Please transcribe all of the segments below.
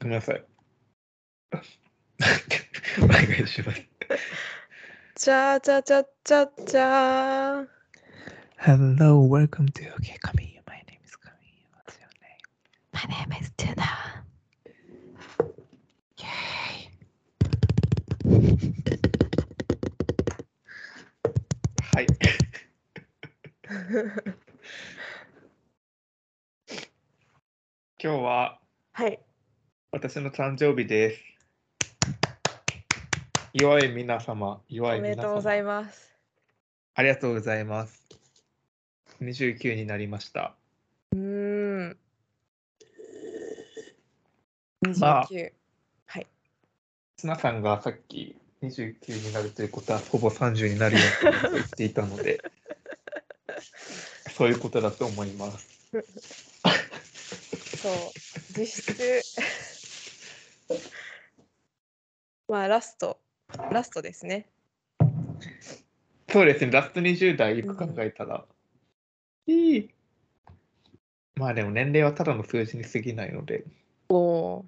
ごめんな さい。お願いします。じゃじゃじゃじゃじゃーん。 Hello, welcome to OK, come in. My name is Kami. What's your name? My name is Tuna. Yay. はい。今日ははい。私の誕生日です。祝い皆様、お祝いめで皆様とうご。ざいます。ありがとうございます。29になりました。うーん。まあ29。ツナさんがさっき29になるということはほぼ30になるようなことを言っていたの でそういうことだと思います。そう。実質。 まあ、ラスト。ラストですね。そうですね、ラスト20代よく考えたら、いいまあでも年齢はただの数字に過ぎないので、おお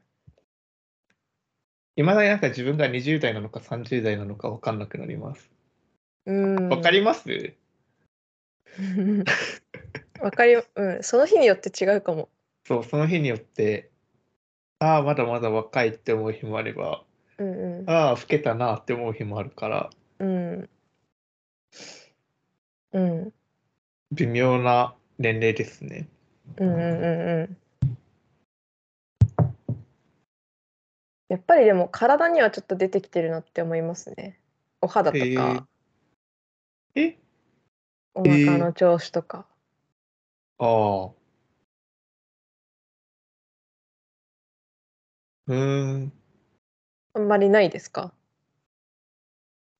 いまだになんか自分が20代なのか30代なのか分かんなくなります。ー。うん。分かります、 わかり、うん、その日によって違うかも。そう、その日によって、ああ、まだまだ若いって思う日もあれば、うんああ、老けたなって思う日もあるから、うん。うん。うん微妙な年齢ですね。うんうんうんうん。やっぱりでも体にはちょっと出てきてるなって思いますね。お肌とへーか、えお腹の調子とか。ああ。うーん。あんまりないですか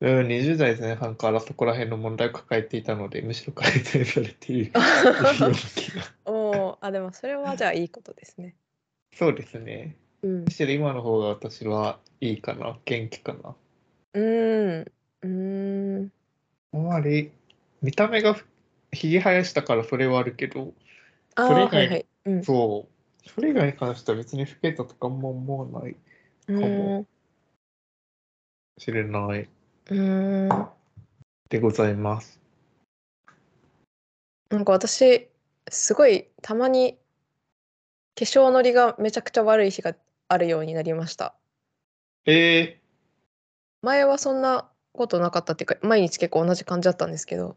うん、20代前半からそこら辺の問題を抱えていたので、むしろ改善されているような気が。おおー、あ、でもそれはじゃあいいことですね。そうですね。うんむ。しろ今の方が私はいいかな、元気かな。うん。うん。あんまり見た目がひげ生やしたからそれはあるけど、あそれ以あ、外はいはい。うん。そう、それ以外に関しては別に老けたとかも思わないかうんも。しれないうん。でございます。なんか私すごいたまに化粧のりがめちゃくちゃ悪い日があるようになりましたえ前はそんなことなかったっていうか毎日結構同じ感じだったんですけどなん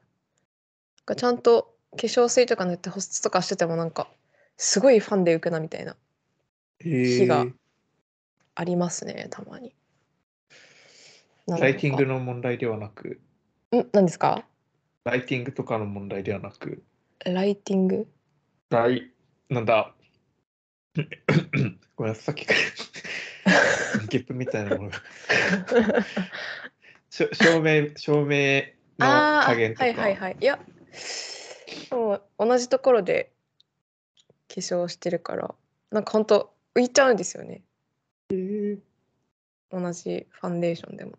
かちゃんと化粧水とか塗って保湿とかしててもなんかすごいファンで浮くなみたいなー、えー火がありますねたまになんライティングのの問題ではなく、ん何ですかライティングとかの問題ではなく、ライティングライ、なんだ、 ごめんなさい、さっきから ゲップみたいなもの が。しょ照明、照明のああ加減とか。はいはいはいいやでも同じところで化粧してるからなんかほんと浮いちゃうんですよねえー同じファンデーションでも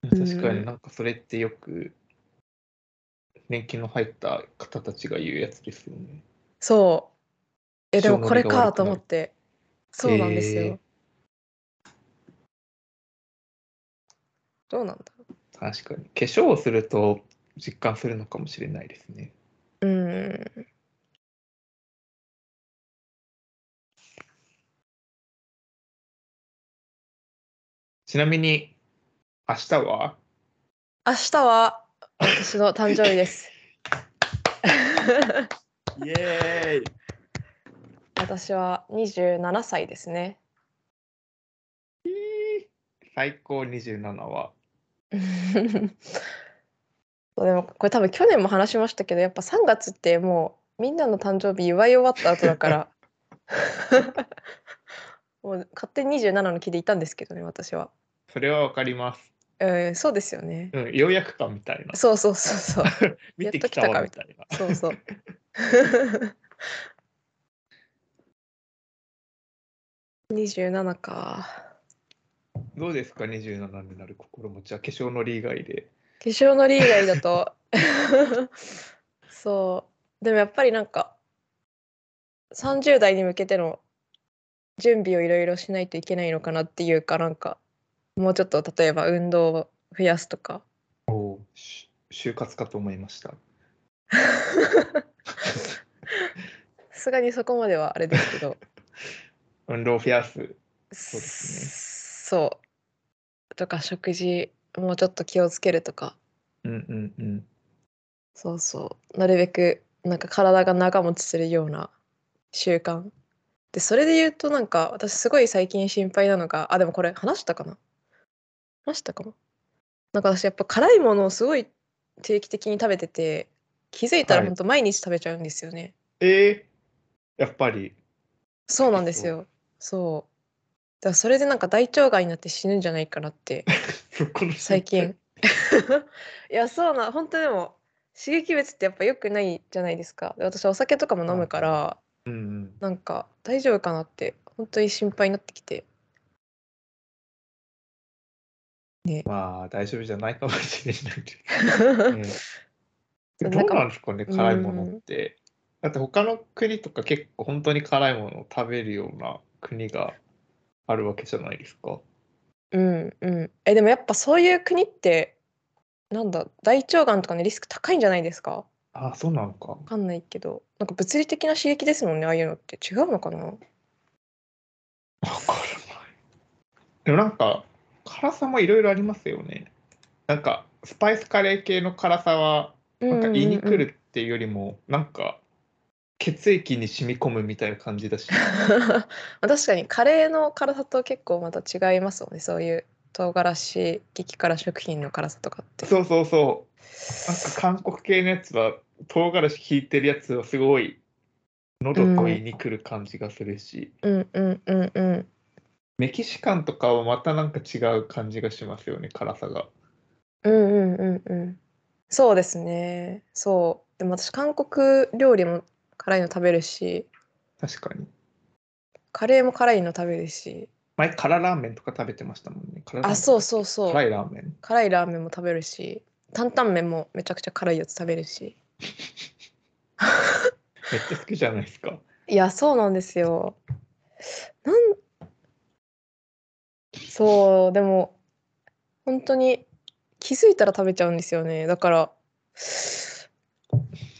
確かうにんなんかそれってよく年季の入った方たちが言うやつですよね。そうえでも化粧のこれりがか悪くとなる思ってそうなんですよ、へーどうなんだろ確かに。化粧をすると実感するのかもしれないですね。ううんちなみに、明日は明日は私の誕生日です イエーイ私は27歳ですね 最高27は。そうでもこれ多分去年も話しましたけどやっぱ3月ってもうみんなの誕生日祝い終わった後だから もう勝手に27の気でいたんですけどね私は、それはわかります。うん、そうですよねうん、ようやくかみたいな。そうそうそうそう見てきたわみたいな。そうそう27かどうですか、27になる心持ちは化粧のり以外で。化粧のり以外だとそうでもやっぱりなんか30代に向けての準備をいろいろしないといけないのかなっていうかなんかもうちょっと例えば運動を増やすとかし就活かと思いました。さすがにそこまではあれですけど運動を増やす。そうですねそうとか食事もうちょっと気をつけるとかうんうんうん。そうそうなるべくなんか体が長持ちするような習慣でそれで言うとなんか私すごい最近心配なのがあでもこれ話したかな話したかもなんか私やっぱ辛いものをすごい定期的に食べてて気づいたらはい本当毎日食べちゃうんですよね、えー、やっぱり。そうなんですよそうだからそれでなんか大腸がんになって死ぬんじゃないかなってぶっ殺し最近 いやそうな本当でも刺激物ってやっぱ良くないじゃないですかで私お酒とかも飲むから、うんうん。なんか大丈夫かなって本当に心配になってき てまあ大丈夫じゃないかもしれないけど。ねそどうなうんかなんですかね、辛いものって。だって他の国とか結構本当に辛いものを食べるような国があるわけじゃないですか。うんうんえでもやっぱそういう国ってなんだ大腸がんとかのリスク高いんじゃないですかわああ、そうなのか。かんないけどなんか物理的な刺激ですもんねああいうのって違うのかなわからない。でもなんか辛さもいろいろありますよね。なんかスパイスカレー系の辛さはなんか胃にくるっていうよりもなんか血液に染み込むみたいな感じだし。 確かにカレーの辛さと結構また違いますもんねそういう唐辛子激辛食品の辛さとかってそうそうそう。なんか韓国系のやつは唐辛子効いてるやつはすごい喉と胃にくる感じがするし、うんうんうんうんメキシカンとかはまたなんか違う感じがしますよね辛さが。うんうんうんうんそうですねそうでも私韓国料理も辛いの食べるし確かに。カレーも辛いの食べるし前辛ラーメンとか食べてましたもんね。辛ラーメンあそうそうそう辛いラーメン。辛いラーメンも食べるし担々麺もめちゃくちゃ辛いやつ食べるしめっちゃ好きじゃないですか。いやそうなんですよなんそうでも本当に気づいたら食べちゃうんですよねだから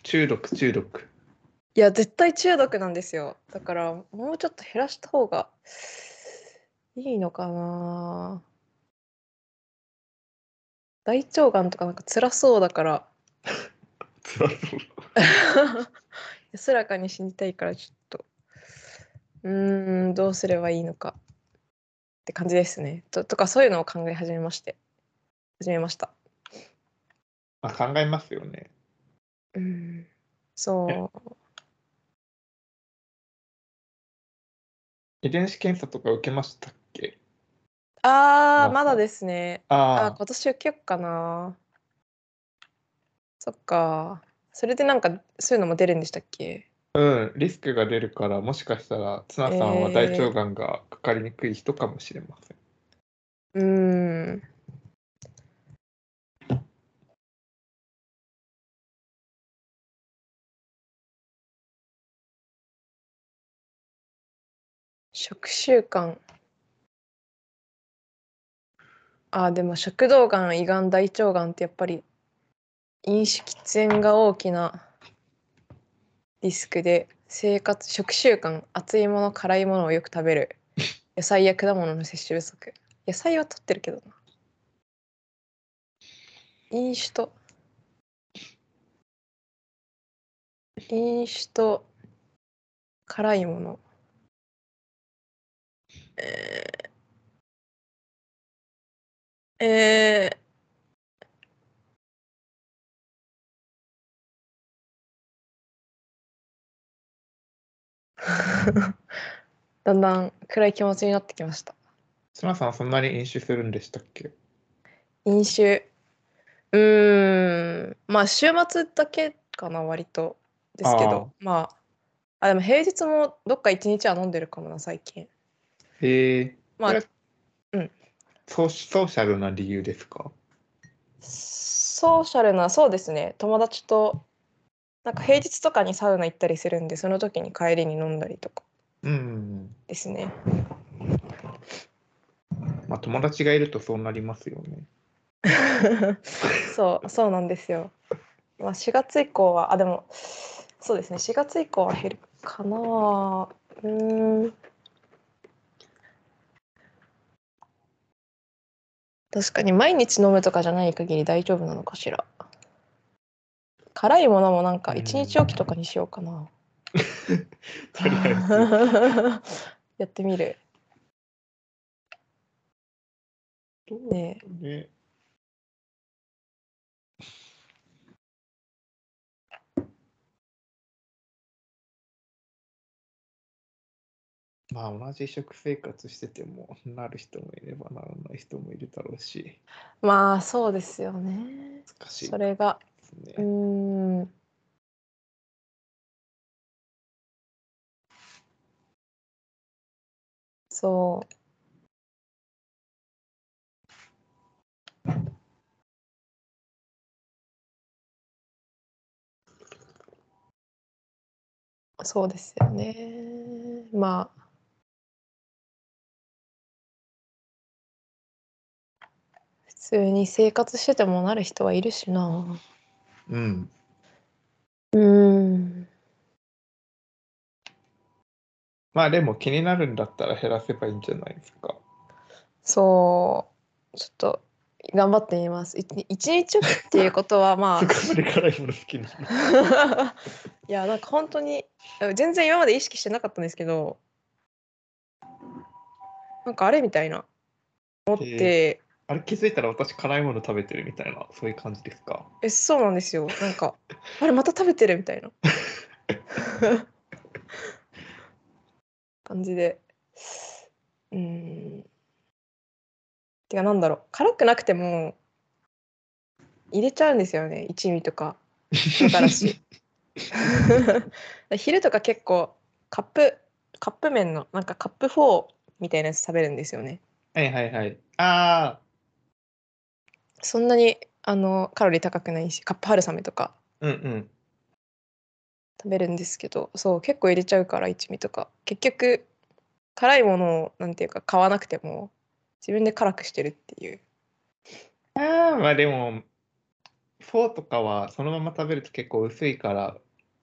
中毒中毒。 いや絶対中毒なんですよだからもうちょっと減らした方がいいのかな大腸がんとかなんか辛そうだから辛そう。 安らかに死にたいからちょっとうーんどうすればいいのかって感じですねととかそういうのを考え始めまして始めましたまあ考えますよね。うんそう遺伝子検査とか受けましたっけあああまだですねあああ今年受けよっかなそっかそれでなんかそういうのも出るんでしたっけうん、リスクが出るから、もしかしたらツナさんはえー大腸がんがかかりにくい人かもしれません。うーん食習慣あでも食道がん胃がん大腸がんってやっぱり飲酒喫煙が大きなリスクで生活食習慣熱いもの辛いものをよく食べる野菜や果物の摂取不足野菜は取ってるけどな飲酒と飲酒と辛いものえー、えー だんだん暗い気持ちになってきました。ツナさんはそんなに飲酒するんでしたっけ飲酒うーんまあ週末だけかな割とですけどまああでも平日もどっか一日は飲んでるかもな最近へえ、まあこれうんソーシソーシャルな理由ですかソーシャルなそうですね友達となんか平日とかにサウナ行ったりするんでその時に帰りに飲んだりとかうん。ですね。まあ友達がいるとそうなりますよね。そうそうなんですよ。まあ4月以降はあでもそうですね4月以降は減るかな。うーん。確かに毎日飲むとかじゃない限り大丈夫なのかしら。辛いものもなんかうん1日おきとかにしよう かな。とり あやってみる。えず。ねえね。まあ同じ食生活しててもなる人もいればならない人もいるだろうしまあそうですよね。難しいそでれがすねう。ーん。そう。そうですよね。まあ。普通に生活しててもなる人はいるしな。うん。うん。まあでも気になるんだったら減らせばいいんじゃないですか。そう。ちょっと頑張ってみます。いち一日っていうことはまあす。ごい辛いもの好きなの。いやなんか本当に全然今まで意識してなかったんですけどなんかあれみたいな思っへえてあれ気づいたら私辛いもの食べてるみたいなそういう感じですか。えそうなんですよなんかあれまた食べてるみたいな感じでうんてかなんだろう辛くなくても入れちゃうんですよね一味とか野から し昼とか結構カップカップ麺のなんかカップフォーみたいなやつ食べるんですよねはいはいはい。ああ。そんなにあのカロリー高くないしカップ春雨とかうんうん。食べるんですけどそう結構入れちゃうから一味とか結局辛いものをなんていうか買わなくても自分で辛くしてるっていうああ、 まあでも、フォーとかはそのまま食べると結構薄いから、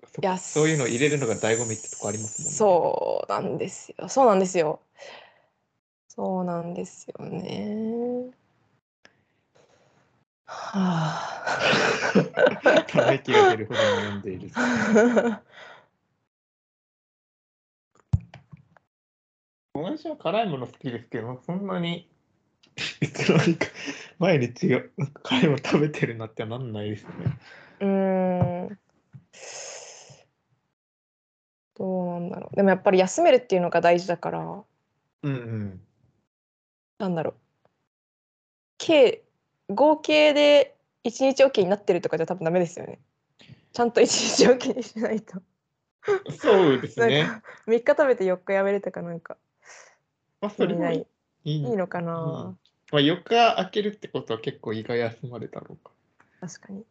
そいやそういうの入れるのが醍醐味ってとこありますもんね。そうなんですよそうなんですよそうなんですよねはため息が出るほど悩んでいる。あ 私は辛いもの好きですけど、そんなにいつの間にか毎日がなんか辛いもの食べてるなってなんないですね。うーんどうなんだろうでもやっぱり休めるっていうのが大事だからうんうん。なんだろう計合計で一日おきになってるとかじゃ多分ダメですよねちゃんと一日おきにしないとそうですなん ね。か3日食べて4日やめるとかなんかまあ、そ意れ味もないいいいいいのかう、なんまあ、4日空けるってことは結構胃が休まれたろうか。確かに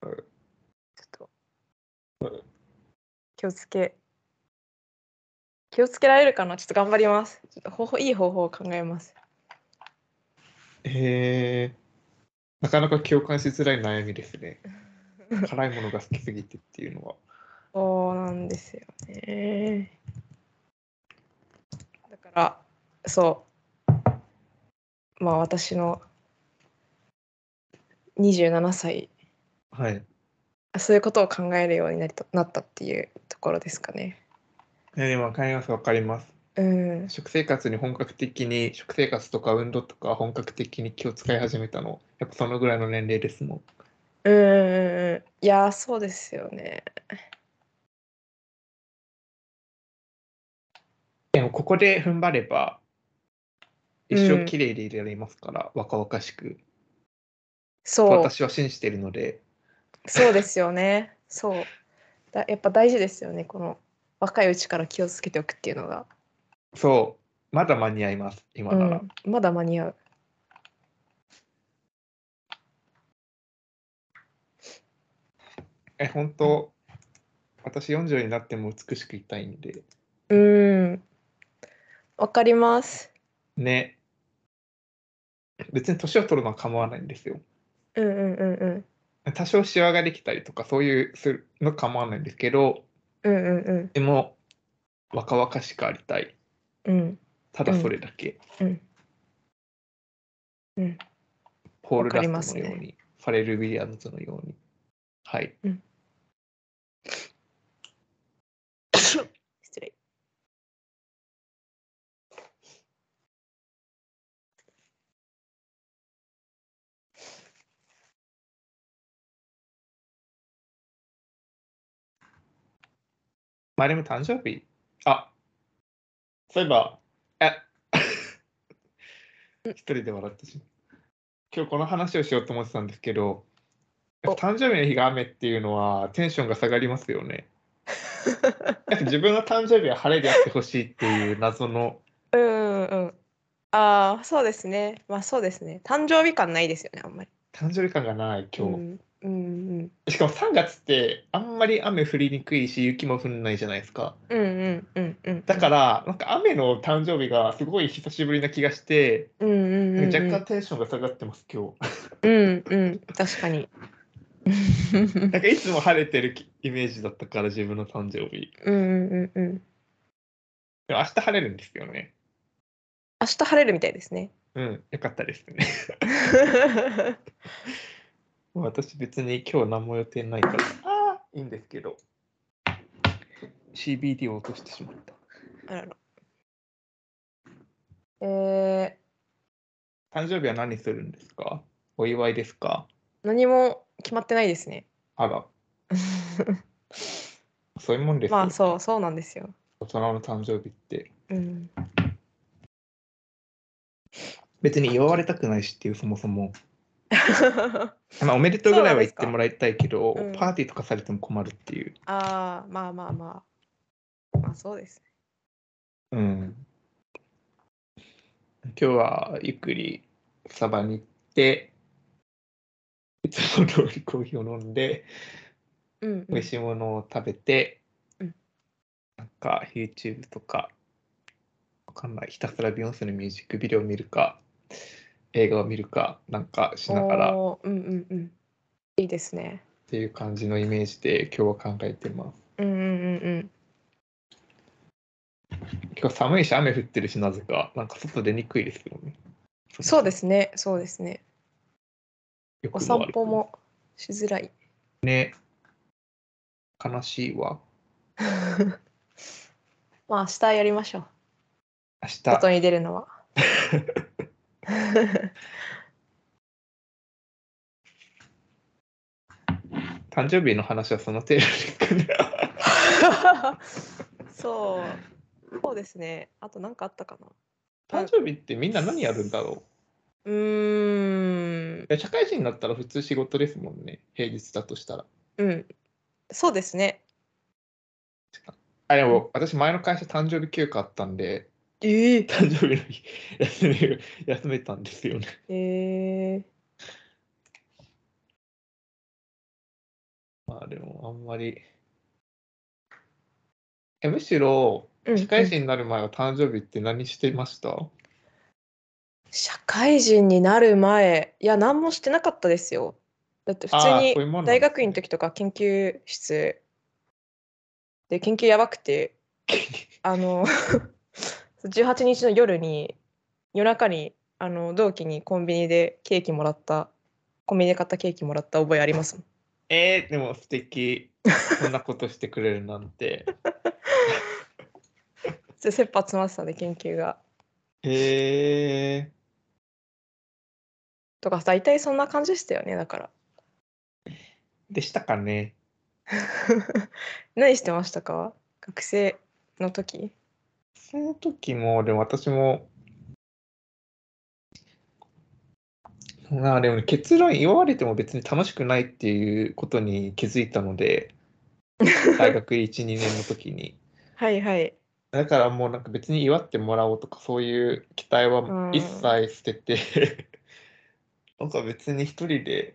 ちうょんっと気をつけ気をつけられるかなちょっと頑張りますちょっと方法いい方法を考えますへえなかなか共感しづらい悩みです ね。辛いものが好きすぎてっていうのは。そうなんですよね。だからそうまあ私の27歳はい。そういうことを考えるようになりとなったっていうところですかね。ね、でも分かります、分かります。うん、食生活に本格的に、食生活とか運動とか本格的に気を使い始めたの、やっぱそのぐらいの年齢ですもん。うんうんうんいやそうですよね。でも、ここで踏ん張れば、一生綺麗でいられますから、若々しく。とそう私は信じているので、そうですよね。そうだやっぱ大事ですよねこの若いうちから気をつけておくっていうのが、そう、まだ間に合います、今うなら。ん、まだ間に合う。え、本当、私40になっても美しくいたいんで。うん。わかります。ね。別に年を取るのは構わないんですよ。うんうんうんうん。多少シワができたりとかそういうするの構わないんですけど、うんうんでも若々しくありたい。うん。うん。ただそれだけ。うん。うん。ポール・わかラりまスすトねのように、ファレル・ウィリアムズのように。はい。失礼。まあでも誕生日あそういえば、え一人で笑ってしまう。今日この話をしようと思ってたんですけど、やっぱ誕生日の日が雨っていうのはテンションが下がりますよね。やっぱ自分の誕生日は晴れであってほしいっていう謎の、うんうんうん。ああ、そうですね。まあそうですね。誕生日感ないですよね、あんまり。誕生日感がない今日。うんうんしかも3月ってあんまり雨降りにくいし、雪も降んないじゃないですか。うんうんうんうん。だから、なんか雨の誕生日がすごい久しぶりな気がして、ら、うんうんうん、うん。若干テンションが下がってます、今日。うんうん、確 かに。なんかいつも晴れてるきイメージだったから自分の誕生日。うんうんうんうん。でも明日晴れるんですよね。明日晴れるみたいで すね。うん、よかったですね。もう私別に今日何も予定ないから、あーいいんですけど。CBD を落としてしまった。あらら。え誕生日は何するんですかお祝いですかー、何も決まってないですね。あら、そういうもんですよまあそうそうなんですよ。大人の誕生日って。うん、 別に祝われたくないしっていうそもそも。まあおめでとうぐらいは言ってもらいたいけど、そうなんですかうんパーティーとかされても困るっていう。ああまあまあまあまあそうです。うん。今日はゆっくりスタバに行って、いつも通りコーヒーを飲んで、うん、う美味しいものを食べて、うんなんか YouTube とか、わかんない、ひたすらビヨンセのミュージックビデオを見るか、映画を見るかなんかしながらっおーうんうんうん。いいですね。ていう感じのイメージで今日は考えてます。うんうんうん今日寒いし雨降ってるしなぜか、なんか外出にくいですよね。うん。そうですねそうですね。よくおも散歩悪くももしづらい。 悲しいわ。まあ明日やりましょう。明日。外に出 るのは。誕生日の話はその程度ですか ね。そう。そうですね。あと何かあったかな。誕生日ってみんな何やるんだろうーん。ういや社会人になったら普通仕事ですもんね。平日だとしたら。うん。そうですね。あ、でも私前の会社誕生日休暇あったんで、 ええ誕生日の日休め休めたんですよね。ええまあでもあんまり。いやむしろうん社会人になる前は誕生日って何してました、社会人になる前、いや、何もしてなかったですよ。だって普通あーにそういうもんなんですね大学院の時とか研究室で研究やばくて、あの 18日の夜に夜中にあの同期にコンビニでケーキもらったコンビニで買ったケーキもらった覚えありますもん えー、でも素敵。そんな ことしてくれるなん て。それ切羽詰まってたんで研究がえー。とか大体そんな感じでしたよねだからでしたかね。 何してましたか学生の時その時も、でも私も、まあでもね結論言われても別に楽しくないっていうことに気づいたので、大学1、2年の時に。はいはいだからもうなんか別に祝ってもらおうとかそういう期待は 一切捨てて、なんか別に一人で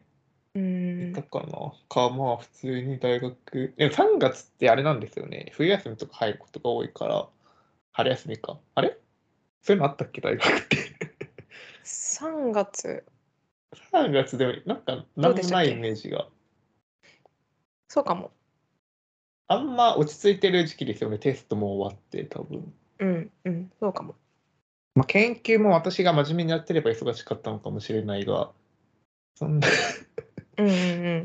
うーんたかなかまあ普通に大学でも3月ってあれなんですよね冬休みとか入ることが多いから春休みかあれそういうのあったっけ大学って 3月3月でもなんかど何うでもしたっなけいイメージがそうかもあんま落ち着いてる時期ですよねテストも終わって多分うんうんそうかもまあ、研究も私が真面目にやってれば忙しかったのかもしれないが、そんな うんうんう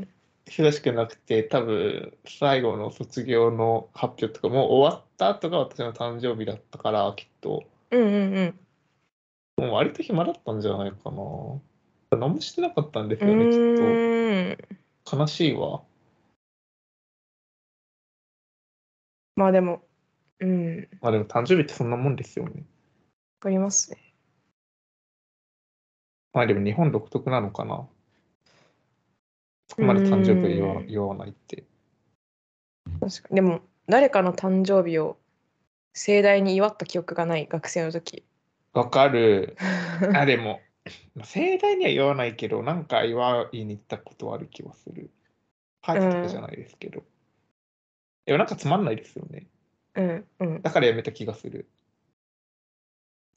ん忙しくなくて、多分最後の卒業の発表とかもう終わった後が私の誕生日だったから、きっと、うんうんうんもう割と暇だったんじゃないかな。何もしてなかったんですうよね、きっーんと。悲しいわ。まあでもうんまあでも誕生日ってそんなもんですよね。ありますねまあでも日本独特なのかな。そこまで誕生日は言わうん言わないって。確かにでも誰かの誕生日を盛大に祝った記憶がない学生の時わかる。あ、でも、まあ盛大には言わないけど、なんか祝いに行ったことはある気はする。パーティーとかじゃないですけど。でもなんかつまんないですよね。 うんうんだからやめた気がする。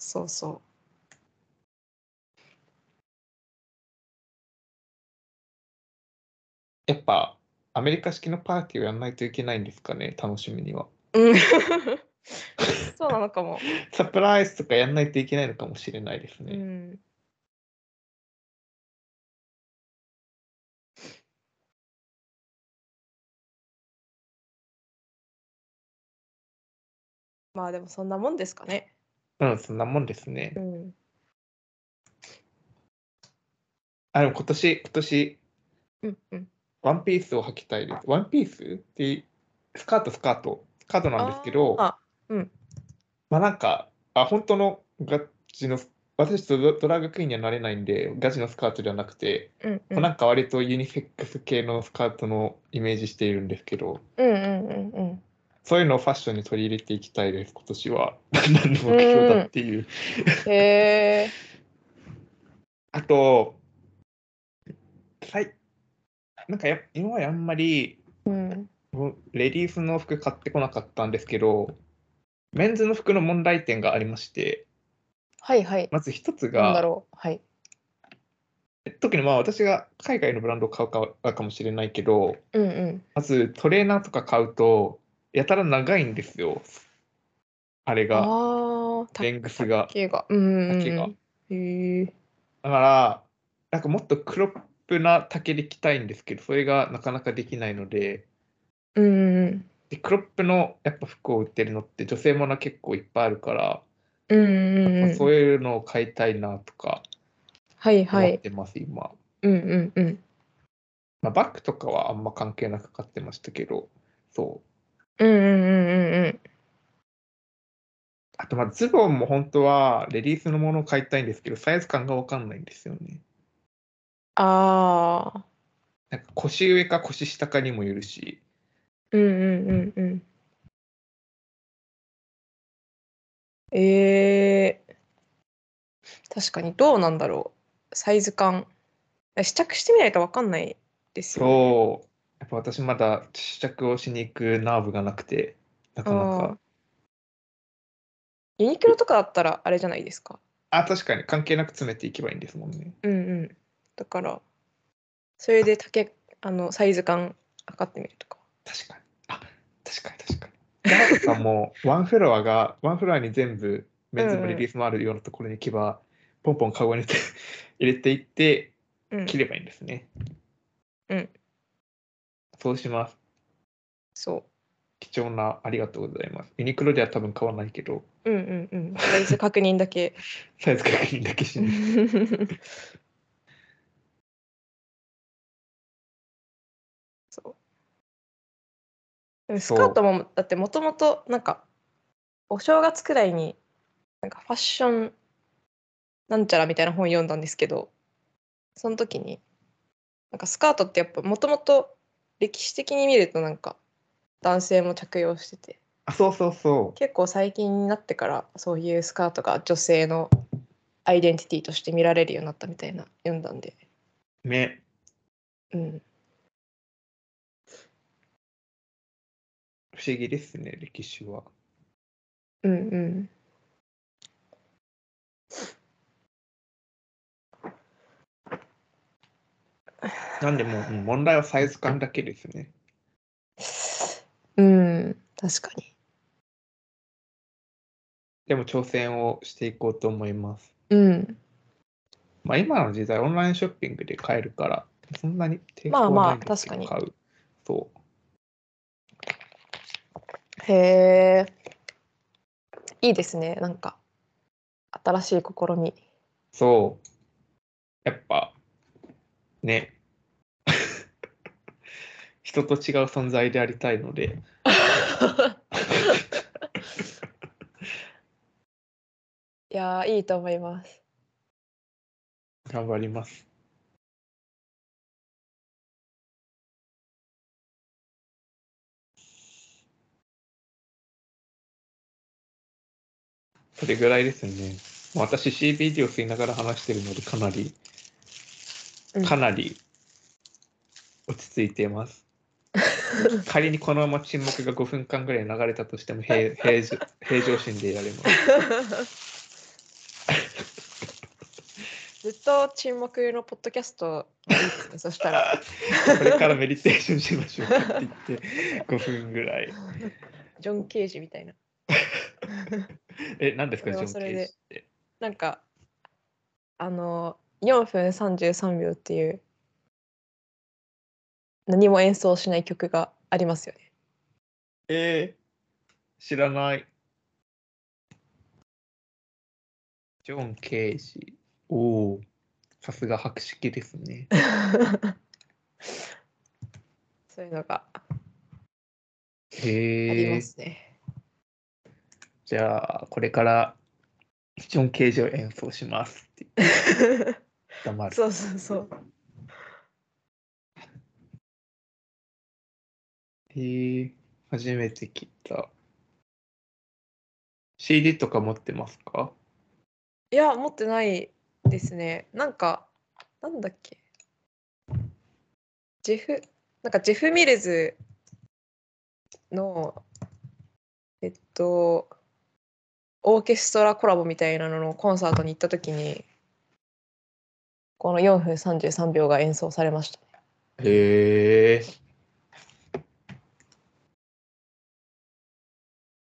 そうそうやっぱ、アメリカ式のパーティーをやらないといけないんですかね、楽しみには。うん そうなのかも。サプライズとかやらないといけないのかもしれないですうね。ん。 まあでもそんなもんですかね。うん、そんなもんですねう。ん。あ、でも今年、今年、うんうん。ワンピースを履きたいです。ワンピースって、スカート、スカート、スカートなんですけど、あーうんまあなんか、あ、本当のガチの、私ちょっとドドラァグクイーンにはなれないんで、ガチのスカートではなくて、うんう。こうんなんか割とユニセックス系のスカートのイメージしているんですけど、うんうんうんそういうのをファッションに取り入れていきたいです、今年は。 何の目標だっていう。うん。へえ。あと、はい、なんかや今まであんまりうん。レディースの服買ってこなかったんですけど、メンズの服の問題点がありまして、はいはい。まず一つなんがだ、ろう。はい。特にまあ私が海外のブランドを買うかかもしれないけど、うんうん。まずトレーナーとか買うと、やたら長いんですよ。あれあが、あー。たレングスが。竹が。うんうんうん。竹がへえ。だから、なんかもっとクロップな丈で着たいんですけど、それがなかなかできないので、うんうんでクロップのやっぱ服を売ってるのって女性ものは結構いっぱいあるから、うん。うんうんまうあん。そういうのを買いたいなとかはいは思っい。てます、今。うんうんうん。まあ、バッグとかはあんま関係なく買ってましたけど、そう。うんうんうんうんうん。あと、まあ、ズボンも本当はレディースのものを買いたいんですけど、サイズ感がわかんないんですよね。ああ。なんか腰上か腰下かにもよるし、うんうんうんうん。えー、確かにどうなんだろう。サイズ感。試着してみないとわかんないですよね。そう、やっぱ私まだ試着をしに行くナーブがなくて、なかなあかー。ユニクロとかだったらあれじゃないですか。あ、確かに関係なく詰めていけばいいんですもんね。うんうん。だから、それで丈、あの、サイズ感測ってみるとか。確かに。あ、確かに確かに。ナーブがもう、ワンフロアが、ワンフロアに全部、メンズうんうもんリリースもあるようなところに行けば、ポンポンカゴに入れて 入れていって、うん。切ればいいんですね。うん。そうします。そ貴重な、ありがとうございます。ユニクロでは多分買わないけど、う。うんうんうん。サイズ確認だけ。サイズ確認だけしうに。ん そうでもスカートもだってもともとなんかお正月くらいになんかファッションなんちゃらみたいな本読んだんですけどその時になんかスカートってやっぱもともと歴史的に見るとなんか男性も着用しててあ、そうそうそう。結構最近になってからそういうスカートが女性のアイデンティティとして見られるようになったみたいな読んだんで、ね、うん、不思議ですね、歴史は。うんうん。なんでもううん問題はサイズ感だけですね。うん、確かに。でも挑戦をしていこうと思います。うん。まあ今の時代オンラインショッピングで買えるから、そんなに抵まあ抗まあはないんですけど確か買う。そう。へえ。いいですね、なんか。新しい試み。そう。やっぱ、ね。 人と違う存在でありたいので、いやー、いいと思います。頑張ります。それぐらいですね。私 CBD を吸いながら話してるので、かなり、うんかなり落ち着いてい ます。仮にこのまま沈黙が5分間ぐらい流れたとしても 平平常平常心でいられます。ずっと沈黙のポッドキャストいいですね、そしたら。これからメディテーションしましょうかって言 って5分ぐらい。ジョン・ケージみたいな。え、何ですか、そジョれはン・そケれーでジって。なんか、あの、4分33秒っていう、何も演奏しない曲がありますよね。えー、知らない。ジョン・ケージ。おお、さすが博識です ね。そういうのがありへまえ。すね。じゃあ、これからジョン・ケージを演奏しますって黙る。 そうそうそう。へえ、初めて聞いた。CD とか持ってますかいや、持ってないですね。なんか、なんだっけ。ジェフ、なんかジェフ・ミルズの、えっと、オーケストラコラボみたいなののコンサートに行った時に、この4分33秒が演奏されました。 へえ。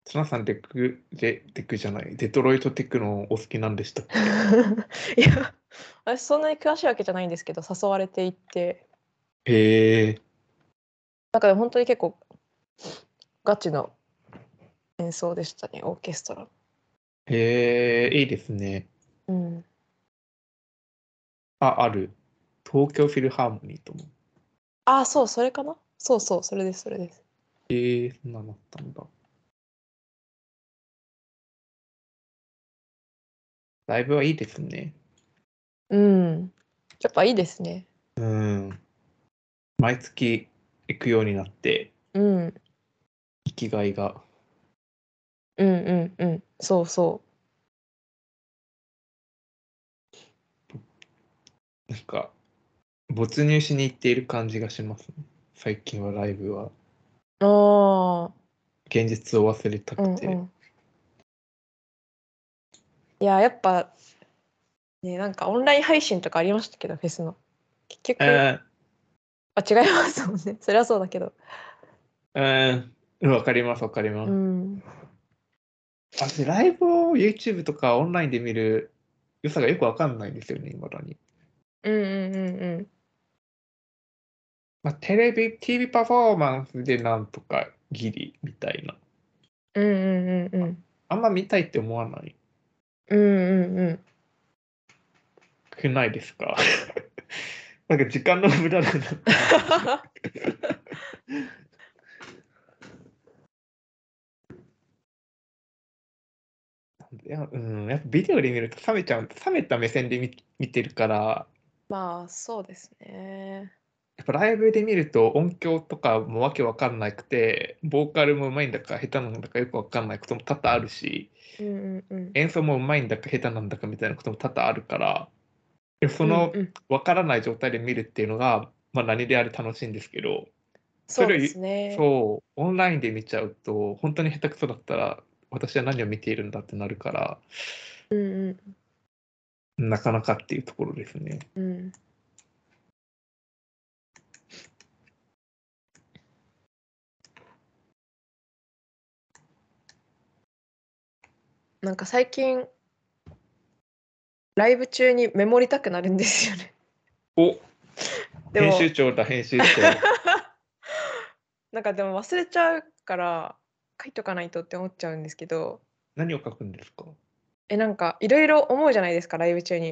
ツナさん、デク、デ、デクじゃない、デトロイトテクノお好きなんでしたっけいや、私そんなに詳しいわけじゃないんですけど、誘われて行って、へえ。なんかでも本当に結構ガチの演奏でしたね、オーケストラ。へえ、いいですね。うんあ、ある。東京フィルハーモニーとも。あ、そう、それかなそうそう、それです、それです。へえ、そんなのあったんだ。ライブはいいですね。うん。やっぱいいですね。うん。毎月行くようになって、うん。うん生きがいが。うんうん。そうそなんか、没入しに行っている感じがしますね。最近はライブは。う。あ現実を忘れたあ。うんくて。うん。いや、やっぱ、ね、なんかオンライン配信とかありましたけど、フェスの。結局、えあ、違いますもんね。それはそうだけど。ーうん。わかります、わかりまうす。ん。私、ライブを YouTube とかオンラインで見る良さがよくわかんないんですよね、いまだに。うんうんうんうん。まあ、テレビ、TV パフォーマンスでなんとかギリみたいな。うんうんうんうん。あんま見たいって思わないうんうんうん。くないですか なんか時間の無駄だな。いや、うん、やっぱビデオで見ると冷めちゃう、冷めた目線で見見てるから、 まあ、そうですね。やっぱライブで見ると音響とかもわけわかんなくて、ボーカルもうまいんだか下手なんだかよくわかんないことも多々あるし、うんうんうん。演奏もうまいんだか下手なんだかみたいなことも多々あるから、でもそのうんうんわからない状態で見るっていうのが、まあ何であれ楽しいんですけど、そうですね。そう、オンラインで見ちゃうと、本当に下手くそだったら、私は何を見ているんだってなるから、うんなかなかっていうところですね。うんうん。なんか最近ライブ中にメモりたくなるんですよね。お でも編集長だ、編集 長。なんかでも忘れちゃうから書いとかないとって思っちゃうんですけど何を書くんですかえなんかいろいろ思うじゃないですかライブ中に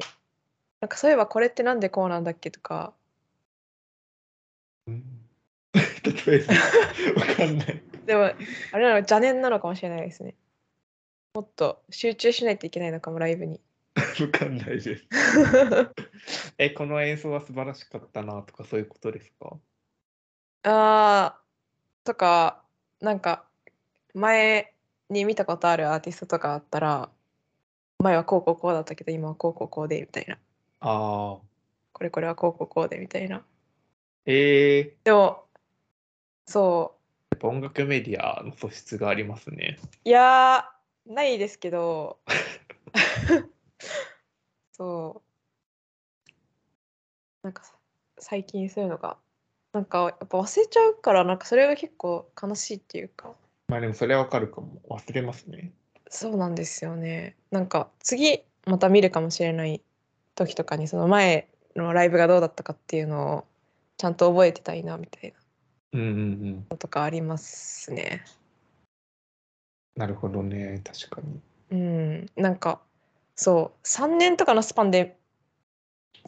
なんかそういえばこれってなんでこうなんだっけとかうん 例えば、わかんない。でもあれなの邪念なのかもしれないですねもっと集中しないといけないのかもライブにわかんないです。え、この演奏は素晴らしかったなとか、そういうことですかあーとかなんか前に見たことあるアーティストとかあったら前はこうこうこうだったけど今はこうこうこうでみたいなああ。これこれはこうこうこうでみたいなえでもそうー、やっぱ音楽メディアの素質がありますね。いやーないですけど そうなんかさ最近そういうのがなんかやっぱ忘れちゃうからなんかそれが結構悲しいっていうかまあでもそれはわかるかも。忘れますね。そうなんですよねなんか次また見るかもしれない時とかにその前のライブがどうだったかっていうのをちゃんと覚えてたいなみたいなうんうんうん。のとかありますね。なるほどね。確かに。うん、なんかそう3年とかのスパンで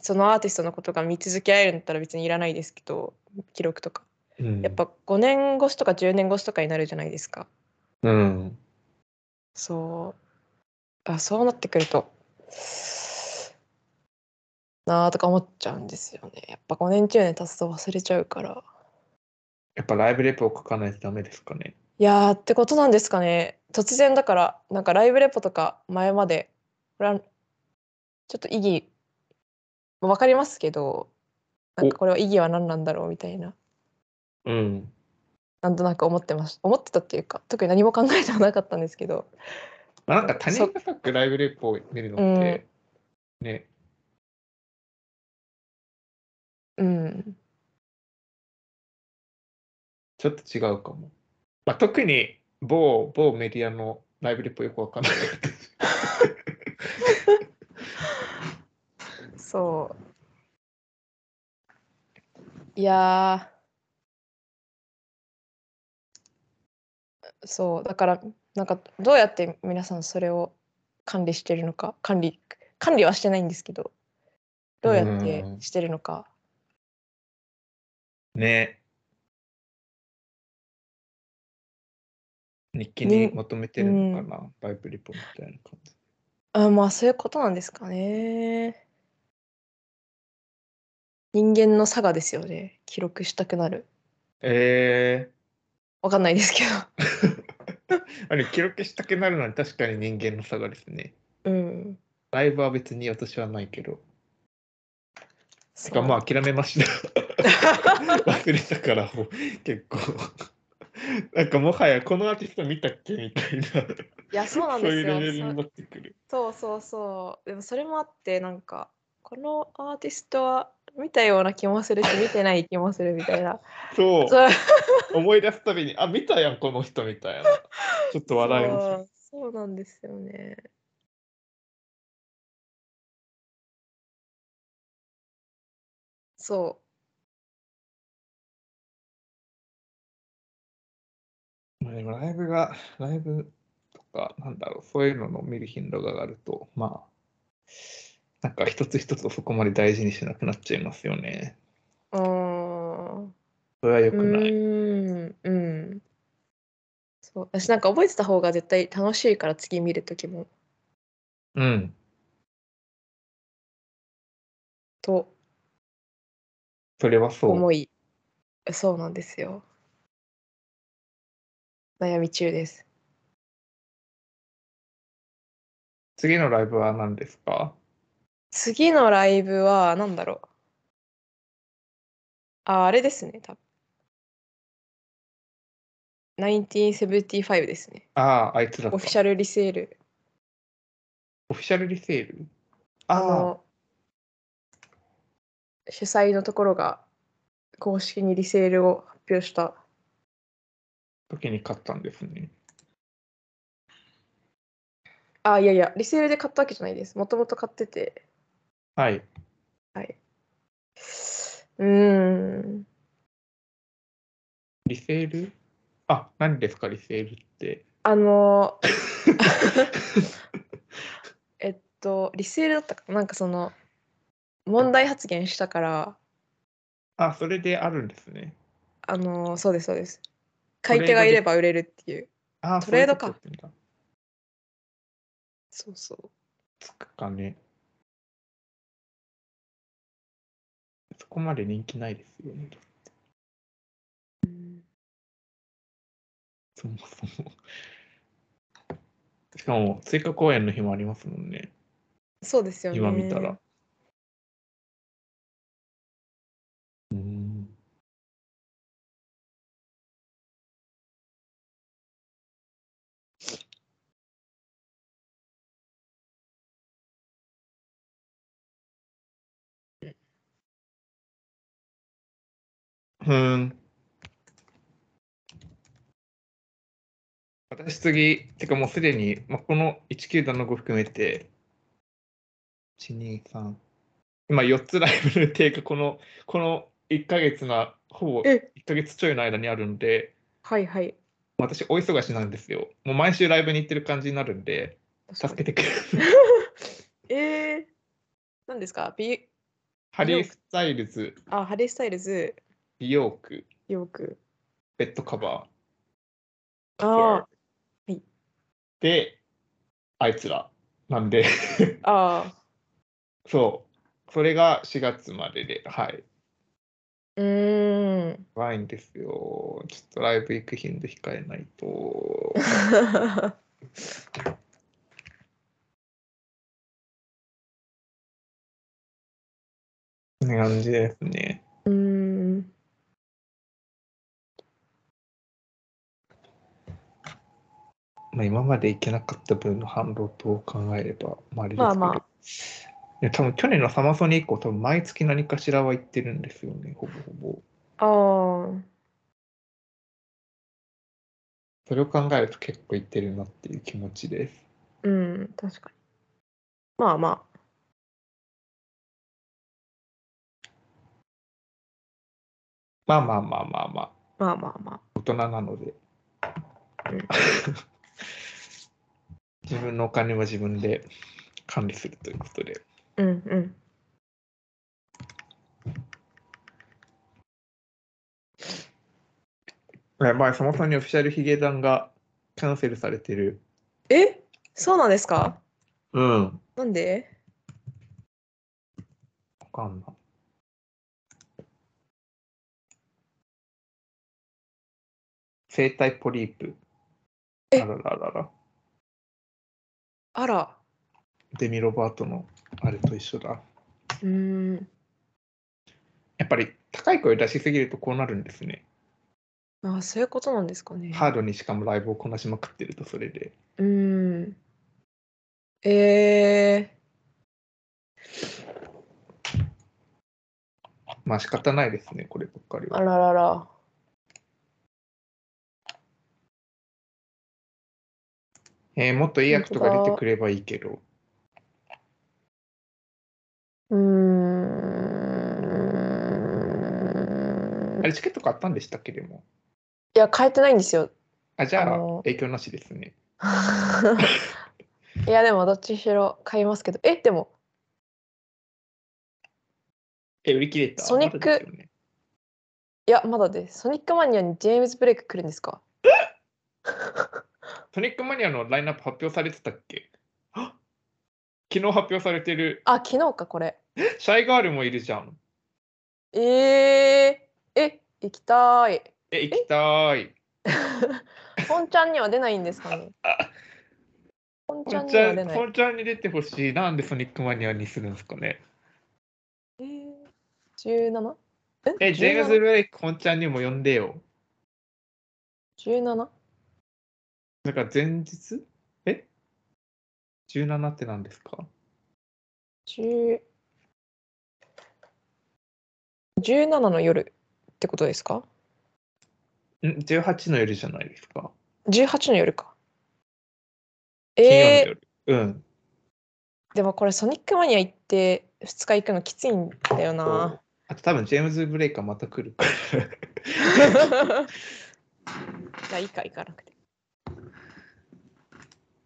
そのアーティストのことが見続けられるんだったら別にいらないですけど記録とかうん、やっぱ5年越しとか10年越しとかになるじゃないですかうん。そうあそうなってくるとなあとか思っちゃうんですよねやっぱ5年10年経つと忘れちゃうからやっぱライブレポを書かないとダメですかね。いやーってことなんですかね突然だからなんかライブレポとか前までこれはちょっと意義分かりますけどなんかこれは意義は何なんだろうみたいなうん。なんとなく思ってました思ってたっていうか特に何も考えてはなかったんですけどまあ、なんか他人が書くライブレポを見るのって、ね、うんちょっと違うかも。まあ、特に某某メディアのライブレポよくわかんなかったです。そういやーそうだからなんかどうやって皆さんそれを管理してるのか管理管理はしてないんですけどどうやってうんしてるのかね。日記にねまとめてるのかな、ライブレポみたいな感じ。あまあそういうことなんですかね人間の差がですよね記録したくなるえわかんないですけー、あれ記録したくなるのは確かに人間の差がですね。どうんライブは別に私はないけど。そてうかまあ諦めました。忘れたからもう結構。なんかもはやこのアーティスト見たっけみたいな。 いやそうなんそうでいすうレよベルそにうなってくる。そうそうそうでもそれもあってなんかこのアーティストは見たような気もするし見てない気もするみたいな そう。そう思い出すたびに、あ、見たやん、この人みたいな。ちょっと笑います。そうそうなんですよねそまあでもライブが、ライブとか、なんだろう、そういうのの見る頻度が上がると、まあ、なんか一つ一つをそこまで大事にしなくなっちゃいますよね。ううーんそれは良くうない。ーんうんそう私なんか覚えてた方が絶対楽しいから次見る時もうん。とそれはそう。思いそうなんですよ悩み中です次のライブは何ですか次のライブは何だろうああれですね多分1975ですね。ああ、あいつらかオフィシャルリセール。オフィシャルリセールあああ、の主催のところが公式にリセールを発表した。時に買ったんですね。あ、いやいや、リセールで買ったわけじゃないです。もともと買ってて。はい。はい。うーん。リセールあ、何ですか、リセールって。あの、 えっと、リセールだったかななんかその、問題発言したから、あ、それであるんですね。あの、そうです、そうです。トレー買ドでい手がいれば売れるっていう。ああ、トレードかそういうことやってんだそうそう。つくかね。そこまで人気ないですよね。そもそも。しかも、追加公演の日もありますもんね。そうですよね。今見たら。うーん。ふーん。私次、てかもうすでに、まあ、この1球団の5含めて、1、2、3、今4つライブの予定がこの、この1ヶ月が、ほぼ1え、ヶ月ちょいの間にあるんで、はいはい。私、お忙しなんですよ。もう毎週ライブに行ってる感じになるんで、助けてくれる。えー、何ですかビ ハリー・スタイルズ、あハリー・スタイルズ、美容区、ヨーク。ベッドカバー、あーはいで、あいつら。なんで、 あ、ああ。そう。それが4月までで、はい。うーん。やばいんですよ。ちょっとライブ行く頻度控えないと。こんな感じですね。うーん。まあ、今まで行けなかった分の反動と考えれば、まあ、あれですけど、まあまあ。いや多分去年のサマソニ以降、多分毎月何かしらは行ってるんですよね、ほぼほぼ。ああ。それを考えると結構行ってるなっていう気持ちです。うん、確かに。まあまあ。まあまあまあまあまあ、まあまあま大人なのでうん。 自分のお金は自分で管理するということで。あ。うんうん。やばい、サマソニオフィシャルヒゲダンがキャンセルされてる。えそうなんですかうん。なんでわかんない。生体ポリープ。あらららら。あら。デミ・ロバートのあれと一緒だ。うーん。やっぱり高い声出しすぎるとこうなるんですね。あそういうことなんですかね。ハードにしかもライブをこなしまくってるとそれで。うーん。えまあ仕方ないですね、こればっかりー、あは。ららら。えーもっといい役とか出てくればいいけど。うーんあ。れチケット買ったんでしたっけ、でも。いや、変えてないんですよ。 あ、じゃああのー影響なしですね。いや、でも、どっちにしろ買いますけど。え、でも、え、売り切れた。ソニッまクだですよねいや、まだです。ソニックマニアにジェームズ・ブレイク来るんですか ソニックマニアのラインナップ発表されてたっけあ昨日発表されてる。あ、昨日か、これ。シャイガールもいるじゃん。えー、え、行きたい。え、行きたーい。本ちゃんには出ないんですかね本ちゃん本にちゃはん出ない。本ちゃんに出てほしい。なんでソニックマニアにするんですかね。 17? え、ジェームズ・ブレイク、本ちゃんにも呼んでよ。 17? だから前日え ?17 って何ですか10 17の夜ってことですかん ?18 の夜じゃないですか。 ?18 の夜か。金曜えの夜。うん。ー、でもこれソニックマニア行って2日行くのきついんだよな。あと多分ジェームズ・ブレイカーまた来るから じゃあいいか行かなくて。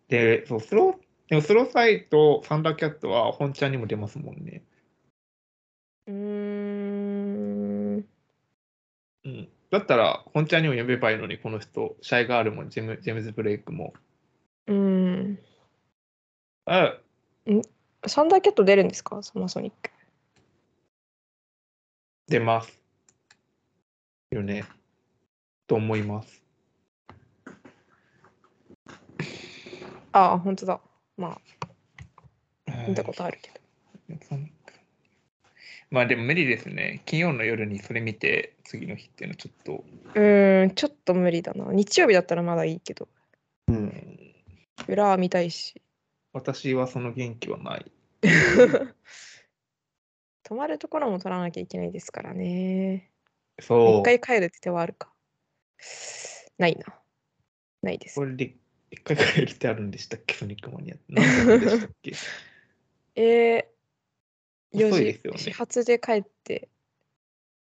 で、そう、スロー、でもスローサイとサンダーキャットは本ちゃんにも出ますもんね。うーん。うん。だったら本ちゃんにも呼べばいいのに、この人、シャイガールもジェムジェームズ・ブレイクも。うん。あサンダーキャット出るんですかサマソニック。出ます。よね。と思います。ああ、本当だ。まあ、うん見たことあるけど。まあでも無理ですね。金曜の夜にそれ見て、次の日っていうのはちょっと。うーん、ちょっと無理だな。日曜日だったらまだいいけど。うん。裏は見た いし。私はその元気はない。泊まるところも取らなきゃいけないですからね。そ一う。回帰るって手はあるか。ないな。ないですこ。れで一回帰りってあるんでしたっけ、ソニックマニアって。何のことでしたっ けえー、4遅い時、ですよね始発で帰って、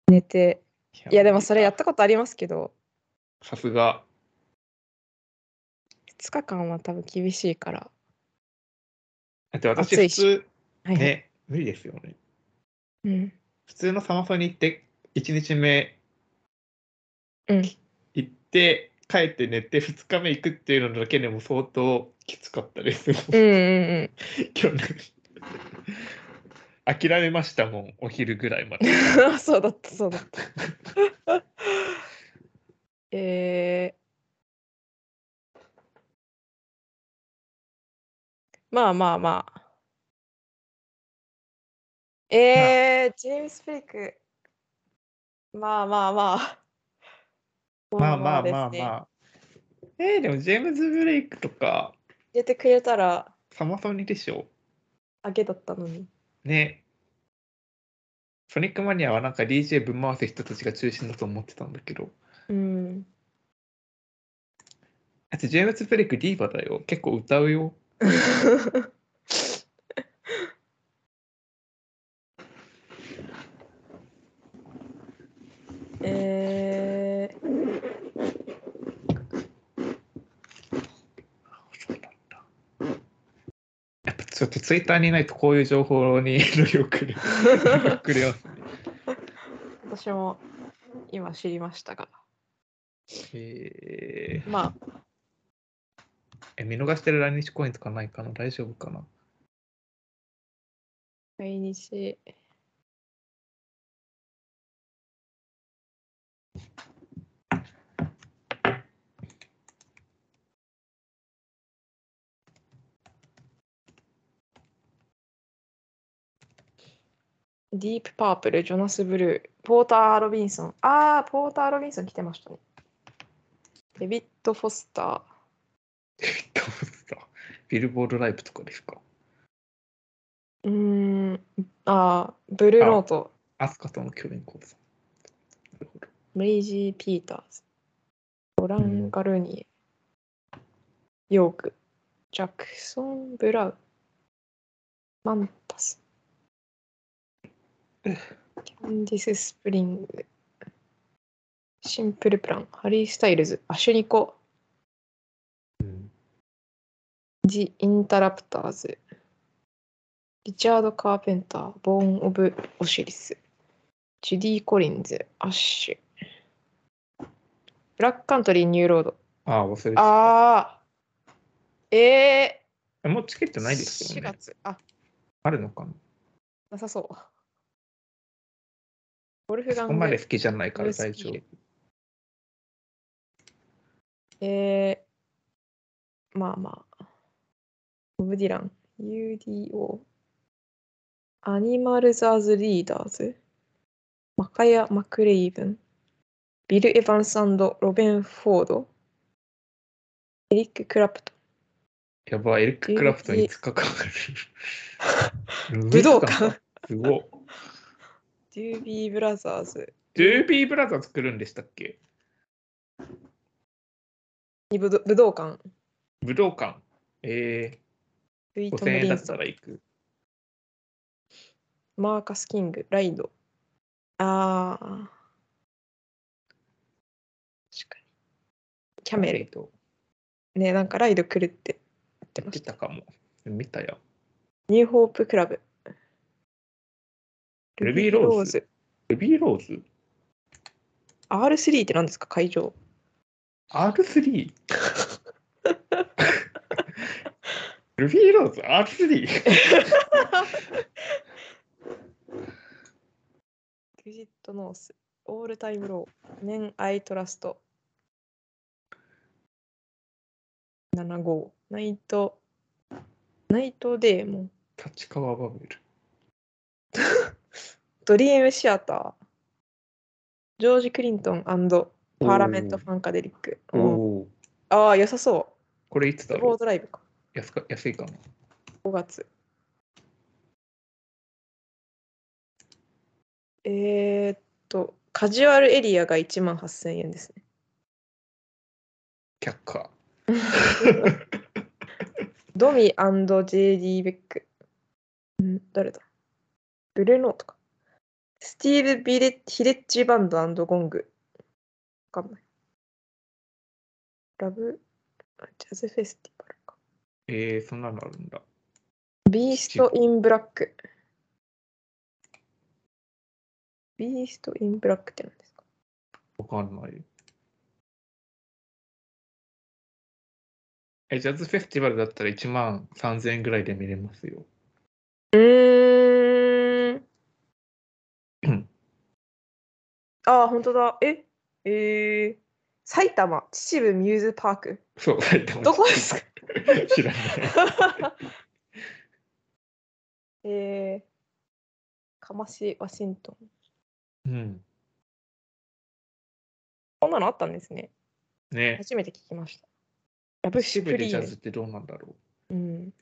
寝て。いや、でもそれやったことありますけど、さすが。 2日間は多分厳しいから。だって私、暑普いし通、はいはい。ね、無理ですよね。うん。普通のサマソニって、1日目うん。行って、帰って寝て、2日目行くっていうのだけでも相当きつかったです。うんうん去年。諦めましたもん、お昼ぐらいま で。うん。そうだった、そうだった。 えーまあまあまあ。えー、ジェームス・ペイク。まあまあまあ。まあまあまあですねまあ。えー、でもジェームズ・ブレイクとか、入れてくれたら、サマソニでしょ。あげだったのに。ね。ソニックマニアはなんか DJ ぶん回す人たちが中心だと思ってたんだけど。うん。あとジェームズ・ブレイクディーバだよ。結構歌うよ。えー、やっぱちょっとツイッターにないとこういう情報に 乗り遅れくれますね。私も今知りましたが。えーまあ、え見逃してる来日公演とかないかな大丈夫かな毎日。ディープパープル、ジョナス・ブルー、ポーター・ロビンソン。ああ、ポーター・ロビンソン来てましたね。デビッド・フォスター。どうですかビルボードライブとかですかうーん、ああ、ブルーノート、アスカとの共演コース。メイジー・ピーターズ、オラン・ガルーニエ、ヨーク、ジャクソン・ブラウン、マンタス、キャンディス・スプリング、シンプル・プラン、ハリー・スタイルズ、アシュニコ、ジ・インタラプターズ、リチャード・カーペンター、ボーン・オブ・オシリス、ジュディ・コリンズ、アッシュ、ブラックカントリー・ニューロード。ああ、忘れてた。ああ、えもうチケッー、トないですよ4ね。月、あ、あるのかななさそう。ゴルフそガこンまでで、好きじゃないから俺好大き丈夫。えー、まあまあ、ボブ・ディラン、UDO、アニマルズ・アズ・リーダーズ、マカヤ・マクレイブン、ビル・エヴァンスロベン・フォード、エリック・クラプトやばい、エリック・クラプトン5 11日間かかる。 武道館。すごい。ン、デュービー・ブラザーズドゥービーブラザー作るんでしたっけに武道武道館、武道館。えルイー、ート・ 5000ム円リだンっソたン、ら行く。マーカス・キング、ライド。ああ。確かに。キャメル。とね、なんかライド来るって言って言っまてした。たかも。見たよ。ニューホープ・クラブ。ルビーローズルルビーローズビーローズ R3 って何ですか、会場。 ?R3? ルビーローズ ?R3? クジット・ノース。オールタイム・ロー。メン・アイ・トラスト。75。ナイト。ナイト・デーモン。立川バブル。ドリームシアター、ジョージ・クリントンパーラメント・ファンカデリック。おうんおー。ああ、良さそこれいつう。だロろードライブか。う安か安いかな。 5月。えー、っと、カジュアルエリアが1万8000円ですね。却下。ドミ &JD ベック。ん誰だブルーノートか。スティーブ・ビレヒレッジバンドゴング。わかんない。ラブ、あジャズフェスティバルか。えー、そんなのあるんだ。ビースト・イン・ブラック。ビースト・イン・ブラックって何ですかわかんない。え、ジャズフェスティバルだったら1万3000円ぐらいで見れますよ。うーん。うんああ、本当だ。ええー、埼玉、秩父ミューズパーク。そう、埼玉どこですか 知らない。えー、かましワシントン。うん。こんなのあったんですね。ね。初めて聞きました。ラブシュプブでリジーャズっム。てどうなんだろうん、う。